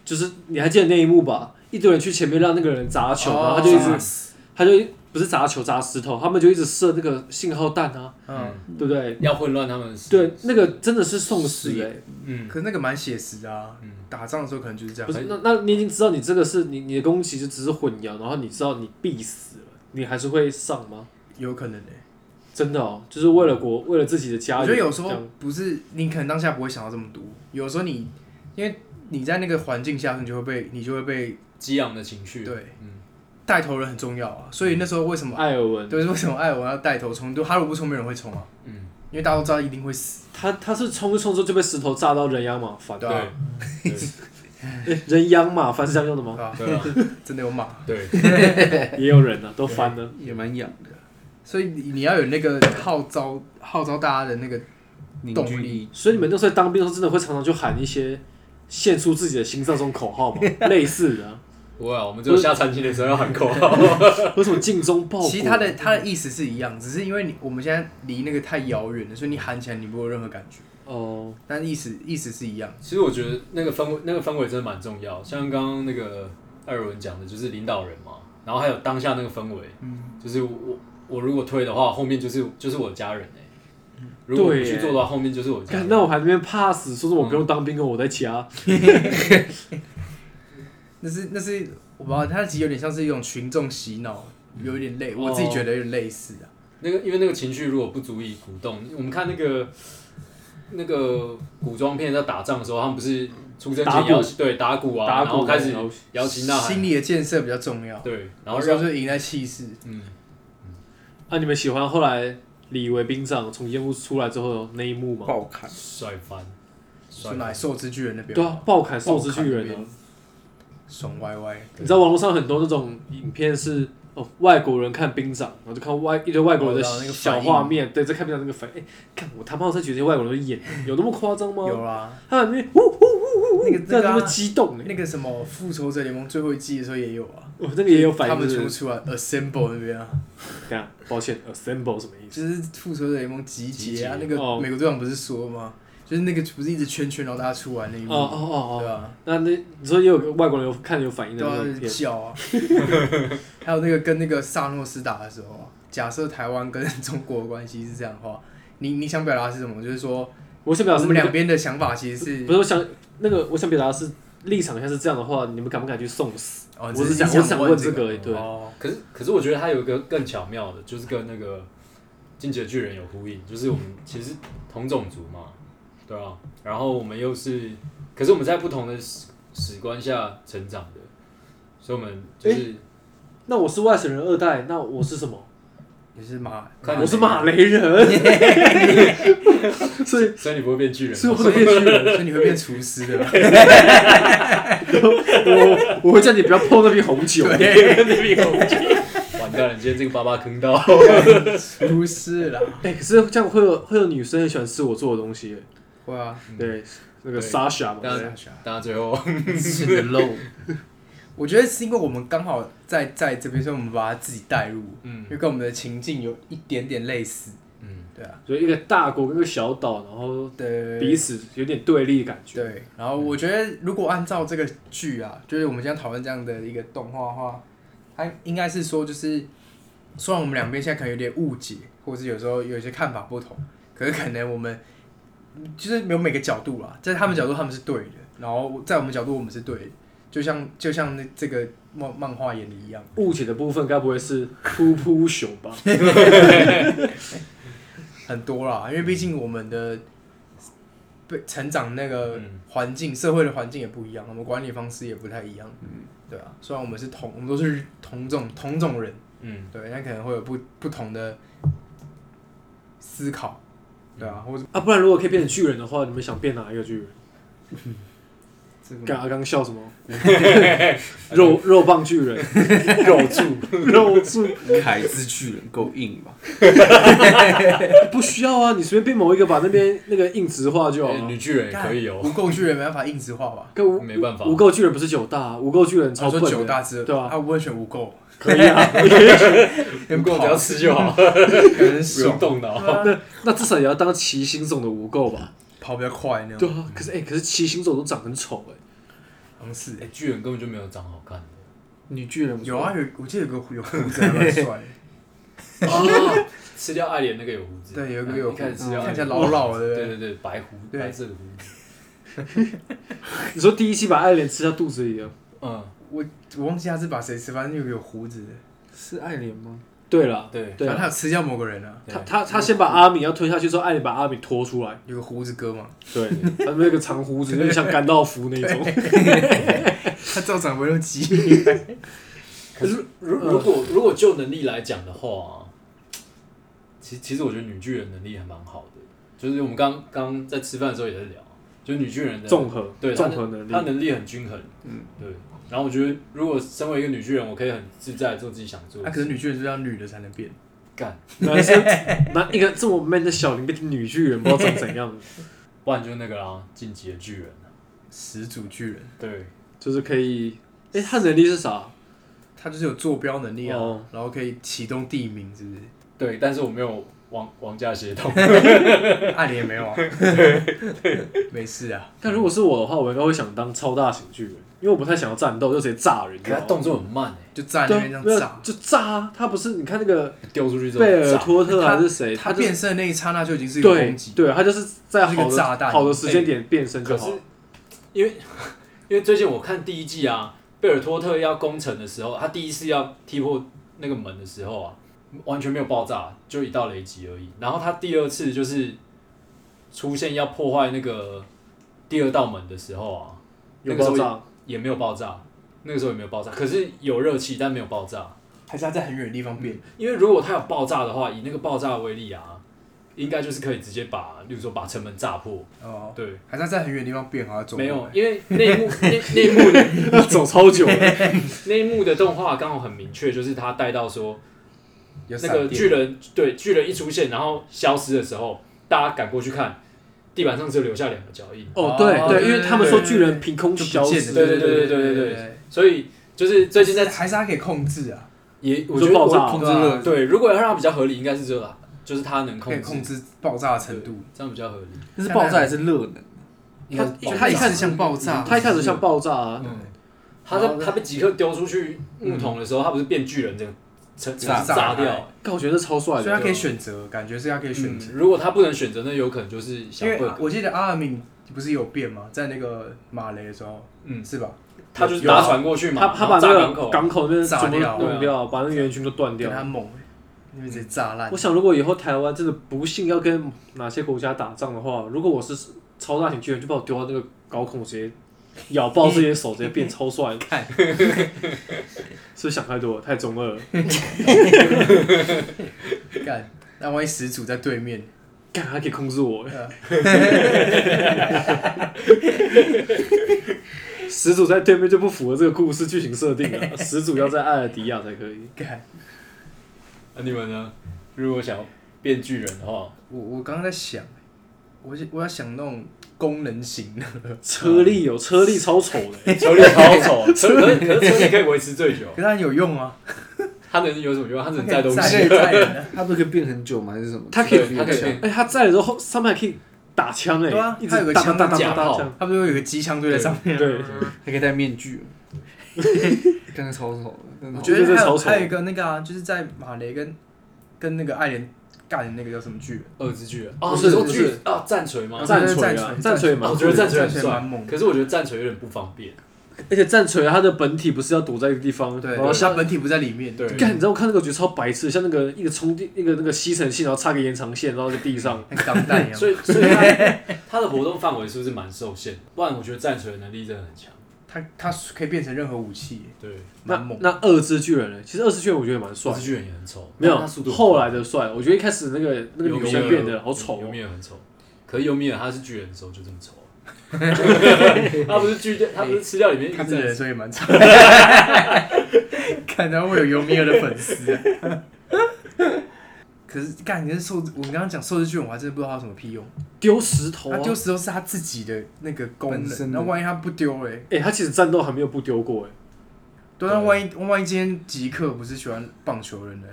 Speaker 3: 就是你还记得那一幕吧？一堆人去前面让那个人砸球，
Speaker 1: 哦
Speaker 3: 啊然后他就一直、他就一不是砸球砸石头，他们就一直射那个信号弹啊，
Speaker 1: 嗯，
Speaker 3: 对不对？
Speaker 2: 要混乱他们的思
Speaker 3: 对，那个真的是送死
Speaker 5: 是
Speaker 3: 哎、
Speaker 2: 嗯
Speaker 1: 可是那个蛮写实的啊
Speaker 2: 嗯，
Speaker 1: 打仗的时候可能就是这样
Speaker 3: 不。是，那那你已经知道你这个是你你的攻击就只是混淆，然后你知道你必死了，你还是会上吗？
Speaker 1: 有可能诶、
Speaker 3: 真的哦，就是为了国，为了自己的家人。
Speaker 1: 我觉得有时候
Speaker 3: 这样
Speaker 1: 不是你可能当下不会想到这么多，有时候你因为你在那个环境下，你就会被你就会被
Speaker 2: 激昂的情绪，
Speaker 1: 对
Speaker 2: 嗯，
Speaker 1: 带头人很重要啊。所以那时候为什么
Speaker 3: 艾尔文，
Speaker 1: 对为什么艾尔文要带头冲？就哈鲁不冲，没有人会冲啊。
Speaker 2: 嗯，
Speaker 1: 因为大家都知道一定会死。
Speaker 3: 他他是冲一冲之后就被石头炸到人仰马翻，
Speaker 1: 对啊 [LAUGHS]
Speaker 2: 对
Speaker 3: 诶 [LAUGHS] 人仰马翻是这样用的吗？
Speaker 1: 啊，
Speaker 2: 对啊
Speaker 1: 真的有马，
Speaker 2: [LAUGHS] 对，啊
Speaker 3: 也有人啊，都翻了。
Speaker 5: 也蛮痒的，
Speaker 1: 所以你你要有那个号召号召大家的那个
Speaker 5: 凝
Speaker 1: 动
Speaker 5: 聚
Speaker 1: 力
Speaker 5: 力。
Speaker 3: 所以你们那时候在当兵的时候，真的会常常就喊一些献出自己的心脏这种
Speaker 1: [LAUGHS]
Speaker 3: 口号吗？类似的啊、
Speaker 2: 不会啊，我们只有下餐厅的时候要喊口号，
Speaker 3: 有什么尽忠报国？
Speaker 1: 其实他的他的意思是一样，只是因为你我们现在离那个太遥远了，所以你喊起来你不会有任何感觉，
Speaker 3: 哦，
Speaker 1: 但意思意思是一样。
Speaker 2: [LAUGHS] 其实我觉得那个氛围，那个氛围真的蛮重要。像刚刚那个艾尔文讲的，就是领导人嘛，然后还有当下那个氛围，嗯，就是我我如果推的话，后面就是就是我家人哎、如果我不
Speaker 3: 对耶
Speaker 2: 去做的话，后面就是我家
Speaker 3: 干
Speaker 2: 人。
Speaker 3: 那我还那边怕死，说是我不用当兵，跟我在家。
Speaker 1: 那是那是我不知道，他其实有点像是一种群众洗脑，
Speaker 3: 嗯
Speaker 1: 有一点
Speaker 3: 哦
Speaker 1: 类，我自己觉得有点类似啊。
Speaker 2: 那个因为那个情绪如果不足以鼓动，我们看那个那个古装片在打仗的时候，他们不是出征
Speaker 3: 打
Speaker 2: 前
Speaker 3: 鼓
Speaker 2: 要对打鼓啊，
Speaker 3: 打
Speaker 2: 然后
Speaker 3: 鼓
Speaker 2: 开始
Speaker 3: 然后
Speaker 2: 摇旗呐
Speaker 1: 心
Speaker 2: 喊，
Speaker 1: 理的建设比较重要，
Speaker 2: 对，然
Speaker 1: 然
Speaker 2: 后
Speaker 1: 后
Speaker 2: 让
Speaker 1: 就是赢在气势。
Speaker 2: 嗯
Speaker 3: 啊，你们喜欢后来李维兵长从烟雾出来之后那一幕吗？
Speaker 5: 爆砍，
Speaker 2: 帅翻，
Speaker 1: 说
Speaker 2: 帅
Speaker 1: 哪里受之巨人那边
Speaker 3: 对啊，爆砍
Speaker 1: 爆
Speaker 3: 寿司巨人
Speaker 1: 砍
Speaker 3: 啊
Speaker 1: 那！边爽歪歪，
Speaker 3: 你知道网络上很多那种影片是哦，外国人看兵长，然后就看外一堆外国人的
Speaker 2: 哦那个
Speaker 3: 小
Speaker 2: 反应
Speaker 3: 画面，对，在看兵长那个反应，哎，看我他妈我在觉得这些外国人
Speaker 1: [LAUGHS]
Speaker 3: 的演有那么夸张吗？
Speaker 1: 有啊，
Speaker 3: 他在那边呜呜呜呜，
Speaker 1: 那个
Speaker 3: 在那
Speaker 1: 那个
Speaker 3: 么
Speaker 1: 啊
Speaker 3: 激动哎，
Speaker 1: 那个什么《复仇者联盟》最后一季的时候也有啊，
Speaker 3: 我那个也有反
Speaker 1: 他
Speaker 3: 应，
Speaker 1: 们
Speaker 3: 是
Speaker 1: 全
Speaker 3: 不
Speaker 1: 部
Speaker 3: 是
Speaker 1: 出来 Assemble 那边啊，
Speaker 3: 等一下，抱歉，assemble 什么意思？
Speaker 1: 就是《复仇者联盟》集结啊，
Speaker 2: 集
Speaker 1: 那
Speaker 2: 结
Speaker 1: 个
Speaker 3: 哦
Speaker 1: 美国队长不是说吗？就是那个不是一直圈圈，然后大家出来那一幕，
Speaker 3: 哦哦哦
Speaker 1: 对
Speaker 3: 哦，
Speaker 1: 啊，
Speaker 3: 那那你说也有个外国人有看有反应的
Speaker 1: 对啊
Speaker 3: 那种，片，
Speaker 1: 叫
Speaker 3: [LAUGHS]
Speaker 1: 啊，还有那个跟那个萨诺斯打的时候啊，假设台湾跟中国的关系是这样的话，你你想表达是什么？就是说
Speaker 3: 我想表
Speaker 1: 我
Speaker 3: 啊达是
Speaker 1: 们
Speaker 3: 你
Speaker 1: 两
Speaker 3: 们
Speaker 1: 边的想法其实是
Speaker 3: 不是我想那个我想表达是立场像是这样的话，你们敢不敢去送死？
Speaker 1: 哦，
Speaker 3: 我
Speaker 1: 只
Speaker 3: 是想
Speaker 1: 你
Speaker 3: 我是想问
Speaker 1: 问
Speaker 3: 这
Speaker 1: 个
Speaker 3: 个，而已，对，
Speaker 1: 哦，
Speaker 2: 可是可是我觉得它有一个更巧妙的，就是跟那个《进击的巨人》有呼应，就是我们其实同种族嘛，对啊，然后我们又是，可是我们在不同的史史观下成长的，所以我们就是
Speaker 3: 那我是外省人二代，那我是什么？
Speaker 1: 也是马，
Speaker 2: 看
Speaker 3: [LAUGHS] 我是马雷人， [LAUGHS] 所以
Speaker 2: 所以你不会变巨人，
Speaker 1: 所以我会变巨
Speaker 3: [LAUGHS]
Speaker 1: 人，所以你会变厨师的。
Speaker 3: 我我会叫你不要碰那瓶红酒。
Speaker 2: 完蛋了，你今天这个爸爸坑到，
Speaker 1: 厨师啦，
Speaker 3: 哎、可是这样会有会有女生很喜欢吃我做的东西，
Speaker 1: 会啊，
Speaker 3: 嗯对，那个
Speaker 2: 对
Speaker 3: Sasha 嘛，
Speaker 2: 当
Speaker 3: 对啊
Speaker 2: 然大家最后
Speaker 4: 吃你的肉，
Speaker 1: 我觉得是因为我们刚好在在这边，所以我们把它自己带入，
Speaker 2: 嗯
Speaker 1: 因为跟我们的情境有一点点类似，
Speaker 2: 嗯，
Speaker 1: 对啊，
Speaker 3: 就一个大国跟一个小岛，然后
Speaker 1: 对，
Speaker 3: 彼此有点对立的感觉。
Speaker 1: 对，然后我觉得如果按照这个剧啊，就是我们现在讨论这样的一个动画的话，它应该是说就是，虽然我们两边现在可能有点误解，或是有时候有一些看法不同，可是可能我们就是没有每个角度啦，在他们角度他们是对的，然后在我们角度我们是对的，就像就像那这个漫漫画演的一样，
Speaker 3: 误解的部分该不会是噗噗熊吧？
Speaker 1: 很多啦，因为毕竟我们的被成长那个
Speaker 2: 嗯
Speaker 1: 环境、社会的环境也不一样，我们管理方式也不太一样，
Speaker 3: 嗯
Speaker 1: 对啊。虽然我们是同，我们都是同种同种人，
Speaker 2: 嗯，
Speaker 1: 对，但可能会有不不同的思考，对
Speaker 2: 嗯
Speaker 1: 啊，或者
Speaker 3: 啊，不然如果可以变成巨人的话，你们想变哪一个巨人？
Speaker 1: [LAUGHS] 这
Speaker 3: 刚
Speaker 1: 个
Speaker 3: 刚刚笑
Speaker 1: [LAUGHS]
Speaker 3: 什么？肉肉棒巨人，肉柱， [LAUGHS] 肉柱，
Speaker 4: 凯之巨人够硬吧？
Speaker 3: 不需要啊，你随便变某一个，把那边那个硬直化就好
Speaker 2: 女
Speaker 3: 了。
Speaker 2: 巨人也可以哦，
Speaker 1: 无垢巨人没办法硬直化吧？
Speaker 3: 跟无
Speaker 2: 哎没办法
Speaker 3: 无垢巨人不是九大啊，无垢巨人超
Speaker 1: 他
Speaker 3: 笨
Speaker 1: 说
Speaker 3: 的，
Speaker 1: 九大之
Speaker 3: 对啊
Speaker 1: 啊，我会选无垢，
Speaker 3: 可以
Speaker 1: [LAUGHS]
Speaker 3: 啊，
Speaker 1: 跟
Speaker 2: 够只要吃就好，
Speaker 1: 可能
Speaker 2: 不
Speaker 1: 手
Speaker 2: 用动脑。
Speaker 3: 那那至少也要当七星种的无垢吧？
Speaker 1: 跑比较快那
Speaker 3: 对
Speaker 1: 种，
Speaker 3: 啊，可是哎、可是七星种都长很丑哎、
Speaker 1: 好像是
Speaker 2: 哎，巨人根本就没有长好看的，
Speaker 5: 女巨人不
Speaker 1: 有啊，有我记得有个有胡子还蛮帅的，
Speaker 2: [LAUGHS] 哦，吃掉爱莲那个有胡子，哦
Speaker 1: 对，有个有
Speaker 2: 一
Speaker 1: 胡
Speaker 2: 开始吃掉
Speaker 1: 子，
Speaker 2: 爱
Speaker 1: 看
Speaker 2: 莲
Speaker 1: 起来老老的，
Speaker 2: 对对对，白胡
Speaker 1: 对
Speaker 2: 白色的胡子，
Speaker 3: 你说第一期把爱莲吃到肚子里了？
Speaker 2: 嗯，
Speaker 1: 我我忘记他是把谁吃，反正有个有胡子的，
Speaker 5: 是爱莲吗？
Speaker 3: 对了，
Speaker 2: 对，
Speaker 3: 对
Speaker 1: 反正他
Speaker 3: 啊，
Speaker 1: 有吃掉某个人啊，
Speaker 3: 他他他先把阿米要吞下去之后，爱莲把阿米拖出来，
Speaker 1: 有个胡子哥嘛，
Speaker 3: 对，他那个长胡子有点像甘道夫那种。
Speaker 1: 他照长不用急，
Speaker 2: 可是嗯如如果如果就能力来讲的话，其其实我觉得女巨人能力还蛮好的，就是我们刚刚在吃饭的时候也在聊，就是女巨人的
Speaker 3: 综合
Speaker 2: 对
Speaker 3: 综合能
Speaker 2: 她
Speaker 3: 力，
Speaker 2: 能力很均衡，嗯，对。然后我觉得，如果身为一个女巨人，我可以很自在地做自己想做
Speaker 1: 啊，
Speaker 2: 的
Speaker 1: 可是
Speaker 2: 事。
Speaker 1: 女巨人是要女的才能变，
Speaker 2: 干，
Speaker 3: 男生那一个这么 man 的小林变成女巨人，不知道长怎样，
Speaker 2: 不然就是那个啦，进击的巨人啊。
Speaker 1: 始祖巨人，
Speaker 2: 对，
Speaker 3: 就是可以。哎、他能力是啥？
Speaker 1: 他就是有坐标能力啊
Speaker 3: 哦，
Speaker 1: 然后可以启动地名，是不是？
Speaker 2: 对，但是我没有王王家
Speaker 1: [LAUGHS]
Speaker 2: 协同。
Speaker 1: 爱莲没有啊，没事啊，
Speaker 3: 但如果是我的话，我应该会想当超大型巨人，因为我不太想要战斗，就直接炸人。你知
Speaker 2: 可
Speaker 3: 道
Speaker 2: 他
Speaker 3: 吗
Speaker 2: 动作很慢哎、
Speaker 1: 就站在
Speaker 3: 对
Speaker 1: 那边
Speaker 3: 啊
Speaker 1: 这
Speaker 3: 没
Speaker 1: 样
Speaker 3: 有
Speaker 1: 炸。
Speaker 3: 就炸啊！他不是你看那个
Speaker 2: 丢出去之后
Speaker 3: 贝尔
Speaker 2: 炸
Speaker 3: 托特还是谁，
Speaker 1: 他
Speaker 3: 就
Speaker 1: 变身的那一刹那就已经是一个
Speaker 3: 对
Speaker 1: 攻击，
Speaker 3: 对，他就是在
Speaker 1: 就是一个
Speaker 3: 好的
Speaker 1: 炸弹
Speaker 3: 好的时间点变身就
Speaker 2: 可
Speaker 3: 好
Speaker 2: 是
Speaker 3: 了。
Speaker 2: 因为 [LAUGHS] 因为最近我看第一季啊，贝尔托特要攻城的时候，他第一次要踢破那个门的时候啊，完全没有爆炸，就一道雷击而已。然后他第二次就是出现要破坏那个第二道门的时候啊，
Speaker 3: 有
Speaker 2: 那个时
Speaker 3: 爆
Speaker 2: 候
Speaker 3: 炸，
Speaker 2: 也没有爆炸，那个时候也没有爆炸，可是有热气，但没有爆炸。
Speaker 1: 还是他在很远的地方变，
Speaker 2: 因为如果它有爆炸的话，以那个爆炸的威力啊，应该就是可以直接把，例如说把城门炸破。
Speaker 1: 哦，
Speaker 2: 对，
Speaker 1: 还是在很远的地方变好，走
Speaker 2: 没有，因为内幕
Speaker 1: [LAUGHS]
Speaker 2: 内内幕的
Speaker 3: [LAUGHS] 走超久了，
Speaker 2: 内幕的动画刚好很明确，就是他带到说
Speaker 1: 有
Speaker 2: 那
Speaker 1: 闪
Speaker 2: 个
Speaker 1: 电
Speaker 2: 巨人对巨人一出现，然后消失的时候，大家赶过去看，地板上只有留下两个脚印。
Speaker 3: 哦，对
Speaker 1: 哦
Speaker 3: 对，
Speaker 1: 对
Speaker 3: 因为他们说巨人凭空
Speaker 1: 就不
Speaker 3: 消
Speaker 1: 见
Speaker 3: 失，
Speaker 1: 了，
Speaker 2: 对对对对对对对，所以就是最近在
Speaker 1: 还是它可以控制啊，
Speaker 2: 也我
Speaker 3: 就
Speaker 2: 觉得
Speaker 3: 爆
Speaker 2: 我
Speaker 3: 炸啊
Speaker 5: 啊哦
Speaker 1: 控制
Speaker 3: 了，
Speaker 1: 热，
Speaker 2: 对，如果要让它比较合理，应该是这个，就是它能
Speaker 1: 可以
Speaker 2: 控制
Speaker 1: 控制爆炸的程度
Speaker 2: 对，这样比较合理。
Speaker 1: 但
Speaker 5: 但
Speaker 1: 是
Speaker 5: 是
Speaker 1: 爆
Speaker 5: 爆
Speaker 1: 炸
Speaker 5: 炸
Speaker 1: 也
Speaker 5: 也是热能，
Speaker 1: 它
Speaker 2: 应该
Speaker 1: 它一
Speaker 2: 爆炸嗯
Speaker 1: 开始像爆炸，
Speaker 3: 他一开始像爆炸啊，
Speaker 2: 他在他被即刻丢出去木桶的时候，他不是变巨人这个成
Speaker 1: 嗯炸
Speaker 2: 成炸
Speaker 1: 炸
Speaker 2: 掉。
Speaker 3: 但我觉得超帅
Speaker 1: 所以它
Speaker 3: 的，
Speaker 1: 可以选择，感觉是它可以选
Speaker 2: 嗯
Speaker 1: 择，，
Speaker 2: 如果他不能选择，那有可能就是小
Speaker 1: 因为啊
Speaker 2: 笨。
Speaker 1: 我记得阿尔敏不是有变吗？在那个马雷的时候，
Speaker 2: 嗯，
Speaker 1: 是吧？
Speaker 2: 他就是
Speaker 1: 有啊
Speaker 2: 搭船过去嘛，
Speaker 3: 他他把
Speaker 2: 然后
Speaker 3: 那
Speaker 2: 炸港
Speaker 3: 个
Speaker 2: 口。
Speaker 3: 港口那边
Speaker 1: 炸
Speaker 3: 全部
Speaker 1: 掉
Speaker 2: 对
Speaker 3: 弄
Speaker 2: 啊
Speaker 3: 掉，把那个园区都断
Speaker 1: 跟
Speaker 3: 掉
Speaker 1: 他。猛欸，那边直接炸烂
Speaker 3: 我，想，如果以后台湾真的不幸要跟哪些国家打仗的话，如果我是超大型巨人，就把我丢到那个高空，我直接咬爆自己的手，直接变
Speaker 2: [LAUGHS]
Speaker 3: 超帅。
Speaker 1: 看
Speaker 3: 是不是想太多了，太中二了。
Speaker 1: 干。那万一始祖在对面，
Speaker 3: 干，他可以控制我。
Speaker 1: 啊
Speaker 3: [LAUGHS] 始祖在对面就不符合这个故事剧情设定
Speaker 1: [LAUGHS]
Speaker 3: 了，始祖要在艾尔迪亚才可以。
Speaker 1: 干
Speaker 2: 那你们呢？如果想要变巨人的话，
Speaker 1: 我我刚刚在想，我我要想那种功能型的，
Speaker 3: 车力有车力超丑的、
Speaker 1: 啊
Speaker 2: 球力超 [LAUGHS] 丑，车可是可是车力可以维持最久
Speaker 1: [LAUGHS] 可，是它很有用啊，
Speaker 2: 他能有什么用？他只
Speaker 1: 它
Speaker 2: 能
Speaker 1: 可
Speaker 2: 载东
Speaker 1: 以
Speaker 2: 西，
Speaker 1: 载可以载 [LAUGHS] 人啊，
Speaker 5: [LAUGHS] 它不是可以变很久吗？还是什么？
Speaker 3: 它可
Speaker 2: 对
Speaker 3: 以，
Speaker 2: 他可以
Speaker 3: 哎
Speaker 2: 变、
Speaker 3: 他在的时候上面还可以打枪哎、
Speaker 1: 对啊
Speaker 3: 一
Speaker 1: 它有
Speaker 3: 直
Speaker 1: 个
Speaker 3: 打
Speaker 1: 枪
Speaker 3: 打打
Speaker 2: 架
Speaker 3: 打打
Speaker 2: 炮
Speaker 3: 枪，
Speaker 1: 它不是会有个机枪堆在上面？
Speaker 3: 对，
Speaker 5: 还可以戴面 [LAUGHS] 具，刚刚超丑的，真
Speaker 1: 我
Speaker 5: 的好
Speaker 1: 觉
Speaker 3: 我
Speaker 1: 得
Speaker 3: 觉得
Speaker 1: 还有
Speaker 3: 超丑
Speaker 1: 还有一个那个啊，就是在马雷跟跟那个爱莲干的那个叫什么剧？
Speaker 2: 二只巨人。
Speaker 1: 不
Speaker 2: 哦，
Speaker 1: 是
Speaker 2: 你说
Speaker 1: 不
Speaker 2: 巨
Speaker 1: 是
Speaker 2: 啊战锤吗？
Speaker 3: 战锤
Speaker 1: 战
Speaker 3: 啊
Speaker 1: 锤，
Speaker 3: 战锤
Speaker 2: 啊
Speaker 3: 嘛，
Speaker 2: 我觉得战锤
Speaker 1: 战
Speaker 2: 很
Speaker 1: 锤蛮
Speaker 2: 帅
Speaker 1: 猛，的
Speaker 2: 可是我觉得战锤有点不方便。
Speaker 3: 而且战锤它的本体不是要躲在一个地方，
Speaker 1: 对，
Speaker 3: 然后
Speaker 1: 它
Speaker 3: 像
Speaker 1: 本体不在里面。
Speaker 2: 对
Speaker 3: 干，你知道我看那个我觉得超白痴，像那个一个充电，一个那个吸尘器，然后插个延长线，然后在地上。
Speaker 1: 跟钢弹一样。
Speaker 2: [LAUGHS] 所以，所以他他的活动范围是不是蛮受限？不然我觉得战锤的能力真的很强。
Speaker 1: 它它可以变成任何武器，
Speaker 2: 对，
Speaker 3: 那
Speaker 1: 蛮猛。
Speaker 3: 那二只巨人呢？其实二只巨人我觉得蛮帅
Speaker 2: 二只，巨人也很丑，
Speaker 3: 没有
Speaker 2: 但他速度很快
Speaker 3: 后来的帅。我觉得一开始那个那个
Speaker 2: 尤
Speaker 3: 女
Speaker 2: 米
Speaker 3: 生
Speaker 2: 尔
Speaker 3: 变得好丑
Speaker 2: 尤
Speaker 3: 哦，
Speaker 2: 米尔很丑，可是尤米尔他是巨人的时候就这么 [LAUGHS] 丑。他不是巨人，他不是吃掉里面一
Speaker 1: 看
Speaker 2: 个
Speaker 1: 这人
Speaker 2: 战士，
Speaker 1: 所以蛮惨。 [LAUGHS] 看，然后会有尤米尔的粉丝啊。可是干，你是兽之，我刚刚讲兽之巨人，我还真的不知道它有什么屁用。
Speaker 3: 丢石头
Speaker 1: 它
Speaker 3: 啊！
Speaker 1: 丢石头是它自己的那个功
Speaker 5: 本
Speaker 1: 能，
Speaker 5: 身的
Speaker 1: 那万一它不丢嘞？
Speaker 3: 哎，他其实战斗还没有不丢过哎，
Speaker 1: 对，啊
Speaker 2: 对
Speaker 1: 那万一万一今天吉克不是喜欢棒球人呢？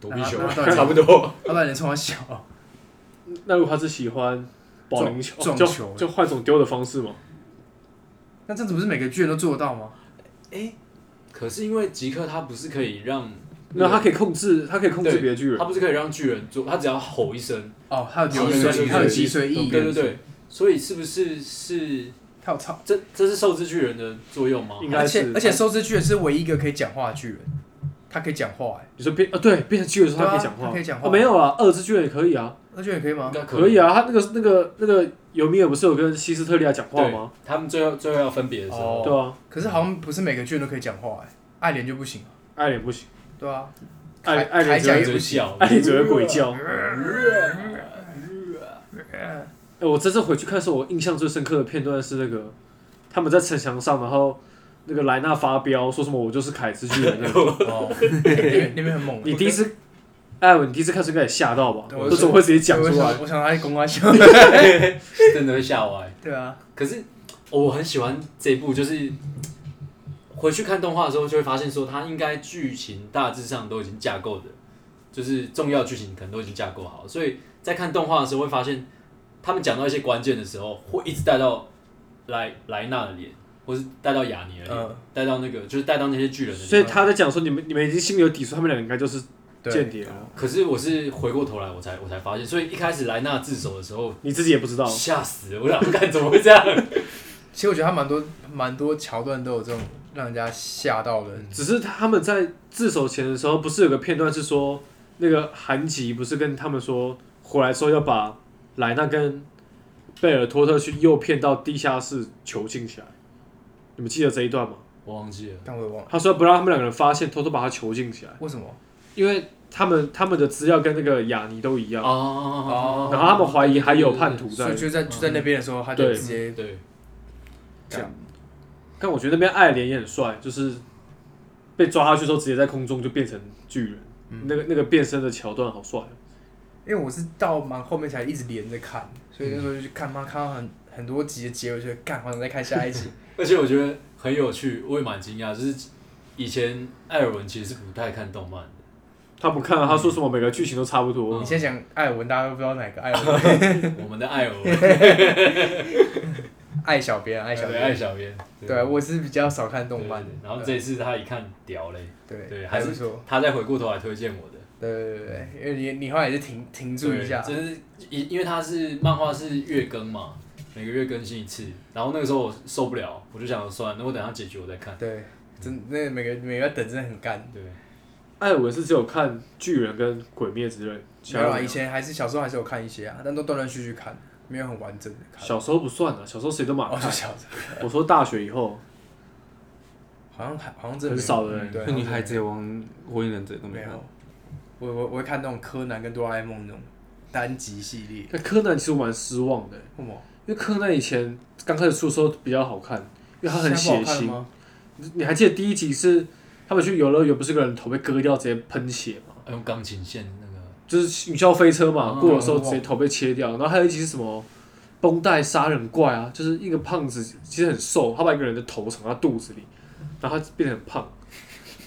Speaker 2: 躲避球
Speaker 1: 那那到底
Speaker 2: [LAUGHS] 差不多。
Speaker 1: 要不然你冲他笑，
Speaker 3: 那如果他是喜欢保龄球，
Speaker 1: 撞
Speaker 3: 就
Speaker 1: 撞球
Speaker 3: 就换种丢的方式嘛？
Speaker 1: 那这样子不是每个巨人都做得到吗？
Speaker 2: 可是因为吉克他不是可以让，
Speaker 3: 那他可以控制，他可以控制
Speaker 2: 对
Speaker 3: 别的巨人
Speaker 1: 啊
Speaker 2: 他。不是可以让巨人做，他只要吼一声，
Speaker 1: 哦，还有脊
Speaker 2: 脊
Speaker 1: 髓，
Speaker 2: 髓
Speaker 1: 还有
Speaker 2: 对
Speaker 1: 脊髓
Speaker 2: 对
Speaker 1: 翼，
Speaker 2: 对对，所以是不是是
Speaker 1: 还有操。
Speaker 2: 这这是受之巨人的作用吗？
Speaker 3: 应该
Speaker 1: 而且
Speaker 3: 是
Speaker 1: 而且，收之巨人是唯一一个可以讲话的巨人，他可以讲话哎，
Speaker 3: 你说变啊，对，变成巨人的时候他可以
Speaker 1: 对啊
Speaker 3: 讲话，
Speaker 1: 他可以讲话
Speaker 3: 哦没有啊，二只巨人也可以啊，
Speaker 1: 那巨人可以吗
Speaker 2: 应？该
Speaker 3: 可
Speaker 2: 以
Speaker 3: 以啊。他那个那个那个尤米尔不是有跟西斯特利亚讲话吗？
Speaker 2: 他们最后最后要分别的时候，
Speaker 1: 哦
Speaker 3: 对啊，
Speaker 1: 可是好像不是每个巨人都可以讲话哎，爱莲就不行啊，
Speaker 3: 爱莲不行，
Speaker 1: 对啊，
Speaker 3: 爱
Speaker 1: 铠
Speaker 3: 爱莲
Speaker 1: 铠
Speaker 3: 只
Speaker 1: 甲
Speaker 3: 会
Speaker 1: 也不行，
Speaker 3: [LAUGHS]
Speaker 2: 笑，
Speaker 3: 爱莲只会鬼叫。哎、我这次回去看的时候，我印象最深刻的片段是那个他们在城墙上，然后那个莱纳发飙说什么“我就是凯之巨人”
Speaker 1: [LAUGHS]
Speaker 3: 那个。
Speaker 1: 哦，那边那边很猛。
Speaker 3: 你第一次，艾文，你第一次看是应该也吓到吧？
Speaker 1: 对我
Speaker 3: 我怎么会直接讲
Speaker 1: 对
Speaker 3: 出
Speaker 1: 我
Speaker 3: 来
Speaker 1: 想？我想他在公关笑。
Speaker 2: 真的会吓歪。
Speaker 1: 对啊，
Speaker 2: 可是、哦我很喜欢这一部，就是回去看动画的时候就会发现说，它应该剧情大致上都已经架构的，就是重要剧情可能都已经架构好，所以在看动画的时候会发现，他们讲到一些关键的时候，会一直带到莱莱纳的脸，或是带到雅尼的脸
Speaker 1: 嗯，
Speaker 2: 带、到那个就是带到那些巨人的
Speaker 3: 所以
Speaker 2: 脸。
Speaker 3: 他在讲说，你们你们已经心里有底数，他们俩应该就是间
Speaker 1: 对，
Speaker 3: 谍了。
Speaker 2: 可是我是回过头来我才我才发现，所以一开始莱纳自首的时候
Speaker 3: 你自己也不知道，
Speaker 2: 吓死了，我想干怎么会这样？
Speaker 1: 其实我觉得他蛮多蛮多桥段都有这种让人家吓到的，
Speaker 3: 只是他们在自首前的时候，不是有个片段是说，那个韩吉不是跟他们说，回来之后要把莱纳跟贝尔托特去诱骗到地下室囚禁起来。你们记得这一段吗？
Speaker 2: 我忘记了。
Speaker 1: 但我也忘了
Speaker 3: 他说不让他们两个人发现，偷偷把他囚禁起来，
Speaker 1: 为什么。
Speaker 3: 因为他们他们的资料跟那个雅尼都一样，
Speaker 2: 哦，
Speaker 1: 哦
Speaker 3: 然后他们怀疑还有叛徒
Speaker 1: 所
Speaker 3: 在
Speaker 1: 以。就在就在那边的时候，他就
Speaker 3: 对
Speaker 1: 直接
Speaker 2: 对，
Speaker 5: 讲
Speaker 3: 但我觉得那边爱莲也很帅，就是被抓下去之后，直接在空中就变成巨人，那个那个变身的桥段好帅哦。
Speaker 1: 因为我是到蛮后面才一直连着看，所以那时候就去看嘛，看到很很多集的结尾，就觉得干，好想再看下一集。
Speaker 2: 而且我觉得很有趣，我也蛮惊讶，就是以前艾尔文其实是不太看动漫的，
Speaker 3: 他不看、啊，他说什么每个剧情都差不多。
Speaker 1: 你先讲艾文，大家都不知道哪个艾
Speaker 3: [LAUGHS]
Speaker 1: 文，
Speaker 2: 我们的艾尔文，
Speaker 1: 艾小编， [LAUGHS] 艾小
Speaker 2: 对
Speaker 1: 编
Speaker 2: 艾。小编，
Speaker 1: 对，啊我是比较少看动漫
Speaker 2: 对
Speaker 1: 的
Speaker 2: 对，对然后这一次他一看屌嘞，
Speaker 1: 对
Speaker 2: 对，还
Speaker 1: 还不
Speaker 2: 是
Speaker 1: 错。
Speaker 2: 他再回过头来推荐我的，
Speaker 1: 对对对对，因为你你后来也是停停住一下，
Speaker 2: 对就是因因为他是漫画是月更嘛，每个月更新一次，然后那个时候我受不了，我就想算了，那我等他解决我再看，
Speaker 1: 对，真那每个每个等真的很干。
Speaker 2: 对，
Speaker 3: 艾文是只有看巨人跟鬼灭之类，其
Speaker 1: 没
Speaker 3: 他
Speaker 1: 有
Speaker 3: 都
Speaker 1: 啊，
Speaker 3: 没有
Speaker 1: 以前还是小时候还是有看一些啊，但都断断续续看，没有很完整的看。
Speaker 3: 小时候不算啊，小时候谁都蛮
Speaker 1: 哦，就
Speaker 3: 看。
Speaker 1: 小时候，
Speaker 3: 我说大学以后，
Speaker 1: 好像还好像真的嗯
Speaker 3: 很少的人
Speaker 1: 对，
Speaker 5: 那你海
Speaker 1: 还
Speaker 5: 贼王、火影忍者都没
Speaker 1: 没
Speaker 5: 看
Speaker 1: 有？。我我我会看那种柯南跟哆啦 A 梦那种单集系列，
Speaker 3: 那柯南其实我蛮失望的，
Speaker 1: 为什么？
Speaker 3: 因为柯南以前刚开始出的时候比较好看，因为它很血
Speaker 1: 现在不好看了
Speaker 3: 腥。
Speaker 1: 吗？
Speaker 3: 你你还记得第一集是他们去游乐园，不是有个人头被割掉，直接喷血吗？
Speaker 2: 用钢琴线
Speaker 1: [LAUGHS]
Speaker 2: 那个。
Speaker 3: 就是云霄飞车嘛，
Speaker 2: 嗯
Speaker 3: 过的时候直接头被切
Speaker 1: 嗯
Speaker 3: 掉。然后还有一集是什么绷带杀人怪啊，就是一个胖子，其实很瘦，他把一个人的头藏到肚子里，然后他变得很胖。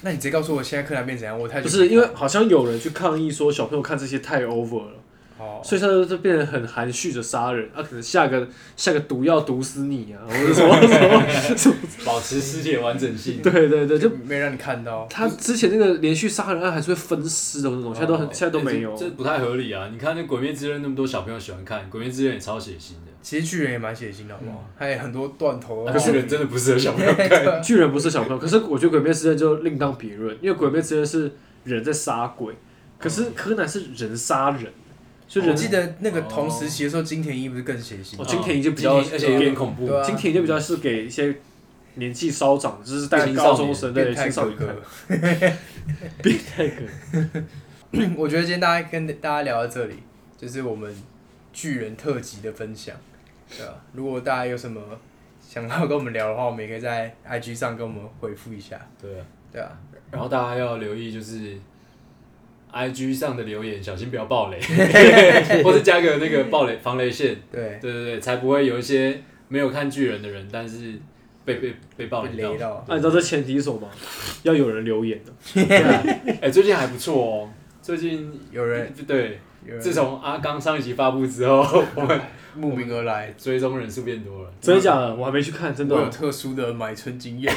Speaker 1: 那你直接告诉我现在柯南变怎样？我太
Speaker 3: 不是因为好像有人去抗议说小朋友看这些太 over 了，
Speaker 1: 哦，
Speaker 3: 所以他就变得很含蓄的杀人，啊，可能下个下个毒药毒死你啊，或
Speaker 1: [LAUGHS]
Speaker 3: 者什么什么什么，
Speaker 2: 保持尸体的完整性。
Speaker 3: 对对对，就
Speaker 1: 没让你看到。
Speaker 3: 他之前那个连续杀人案还是会分尸的那种，现在都很
Speaker 1: 哦
Speaker 3: 现在都没有
Speaker 2: 欸。这这不太合理啊！你看那《鬼灭之刃》，那么多小朋友喜欢看，《鬼灭之刃》也超血腥的，
Speaker 1: 其实巨人也蛮血腥的，好不好？还有很多断头啊。
Speaker 2: 可是人真的不适合小朋友看。
Speaker 3: 嗯巨人不是小朋友，可是我觉得鬼灭之刃就另当别论，因为鬼灭之刃是人在杀鬼，可是柯南是人杀人，所
Speaker 1: 嗯
Speaker 3: 以
Speaker 1: 我
Speaker 3: 人
Speaker 1: 记得那个同时期的时候，金田一不是更血腥
Speaker 3: 哦
Speaker 1: 吗？
Speaker 3: 金田一就比
Speaker 2: [LAUGHS]
Speaker 3: 较
Speaker 2: 金田而且有点恐怖。
Speaker 1: 对啊
Speaker 3: 今天就比较是给一些年纪稍长，就是大概
Speaker 2: 青少
Speaker 3: 高
Speaker 2: 年
Speaker 3: 中生哦对
Speaker 1: 变态
Speaker 3: 青少
Speaker 1: 哥
Speaker 3: 年看
Speaker 1: 哥。
Speaker 3: 变态哥。
Speaker 1: [LAUGHS]
Speaker 3: 啊
Speaker 1: 我觉得今天大家跟大家聊到这里，就是我们巨人特辑的分享，对啊，如果大家有什么想要跟我们聊的话，我们也可以在 IG 上跟我们回复一下，
Speaker 2: 对啊，
Speaker 1: 对啊，
Speaker 2: 然后大家要留意就是。I G 上的留言小心不要爆 [LAUGHS] 雷，或是加个那个爆雷防雷线，
Speaker 1: 对
Speaker 2: 对，对对，才不会有一些没有看巨人的人，但是被被被爆
Speaker 1: 被
Speaker 2: 雷
Speaker 1: 雷
Speaker 2: 到。
Speaker 1: 到，
Speaker 3: 那、你知道这前提是什么吗？要有人留言的。
Speaker 2: 对啊 [LAUGHS] 哎、最近还不错哦，最近
Speaker 1: 有人
Speaker 2: 对，
Speaker 1: 有
Speaker 2: 自
Speaker 1: 人
Speaker 2: 从阿刚上一集发布之后， [LAUGHS] 我们
Speaker 1: 慕名而来，
Speaker 2: 追踪人数变多了，
Speaker 3: 真的假的？我还没去看，真的
Speaker 1: 我有
Speaker 3: 哦。
Speaker 1: 特殊的买春经验，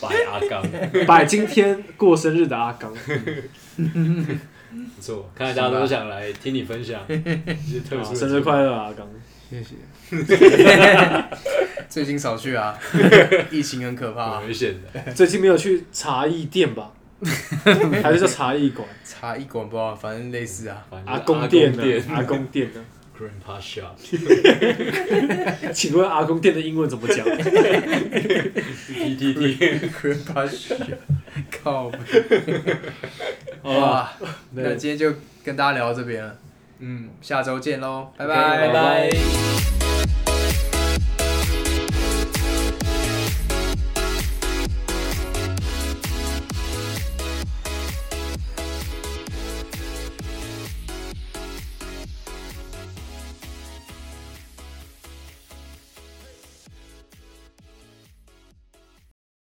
Speaker 2: 白阿刚，
Speaker 3: 摆今天过生日的阿
Speaker 1: [LAUGHS]
Speaker 3: 刚，
Speaker 2: 不错，看来大家都想来听你分 [LAUGHS] 享一些特殊
Speaker 3: 啊
Speaker 2: 的
Speaker 3: 生日快乐阿刚。
Speaker 5: 谢谢。
Speaker 1: 最近少去
Speaker 3: [LAUGHS]
Speaker 1: 啊，疫情很可怕、
Speaker 3: 啊
Speaker 1: 啊
Speaker 2: 很危险的，
Speaker 3: 最近没有去茶艺店吧？还是叫茶艺
Speaker 1: [LAUGHS]
Speaker 3: 馆？
Speaker 1: 茶一管不知道，反正类似啊，
Speaker 2: 反正就是
Speaker 3: 阿
Speaker 2: 阿
Speaker 3: 公
Speaker 2: 店
Speaker 3: 店呢？阿公店啊呢？
Speaker 2: Grandpa Shop
Speaker 3: 请问阿公店的英文怎么讲？
Speaker 2: P T T，
Speaker 1: 把血 [LAUGHS] 靠
Speaker 3: 好啦，
Speaker 1: 哇！那今天就跟大家聊到这边了，嗯，下周见喽，拜拜
Speaker 2: 拜拜。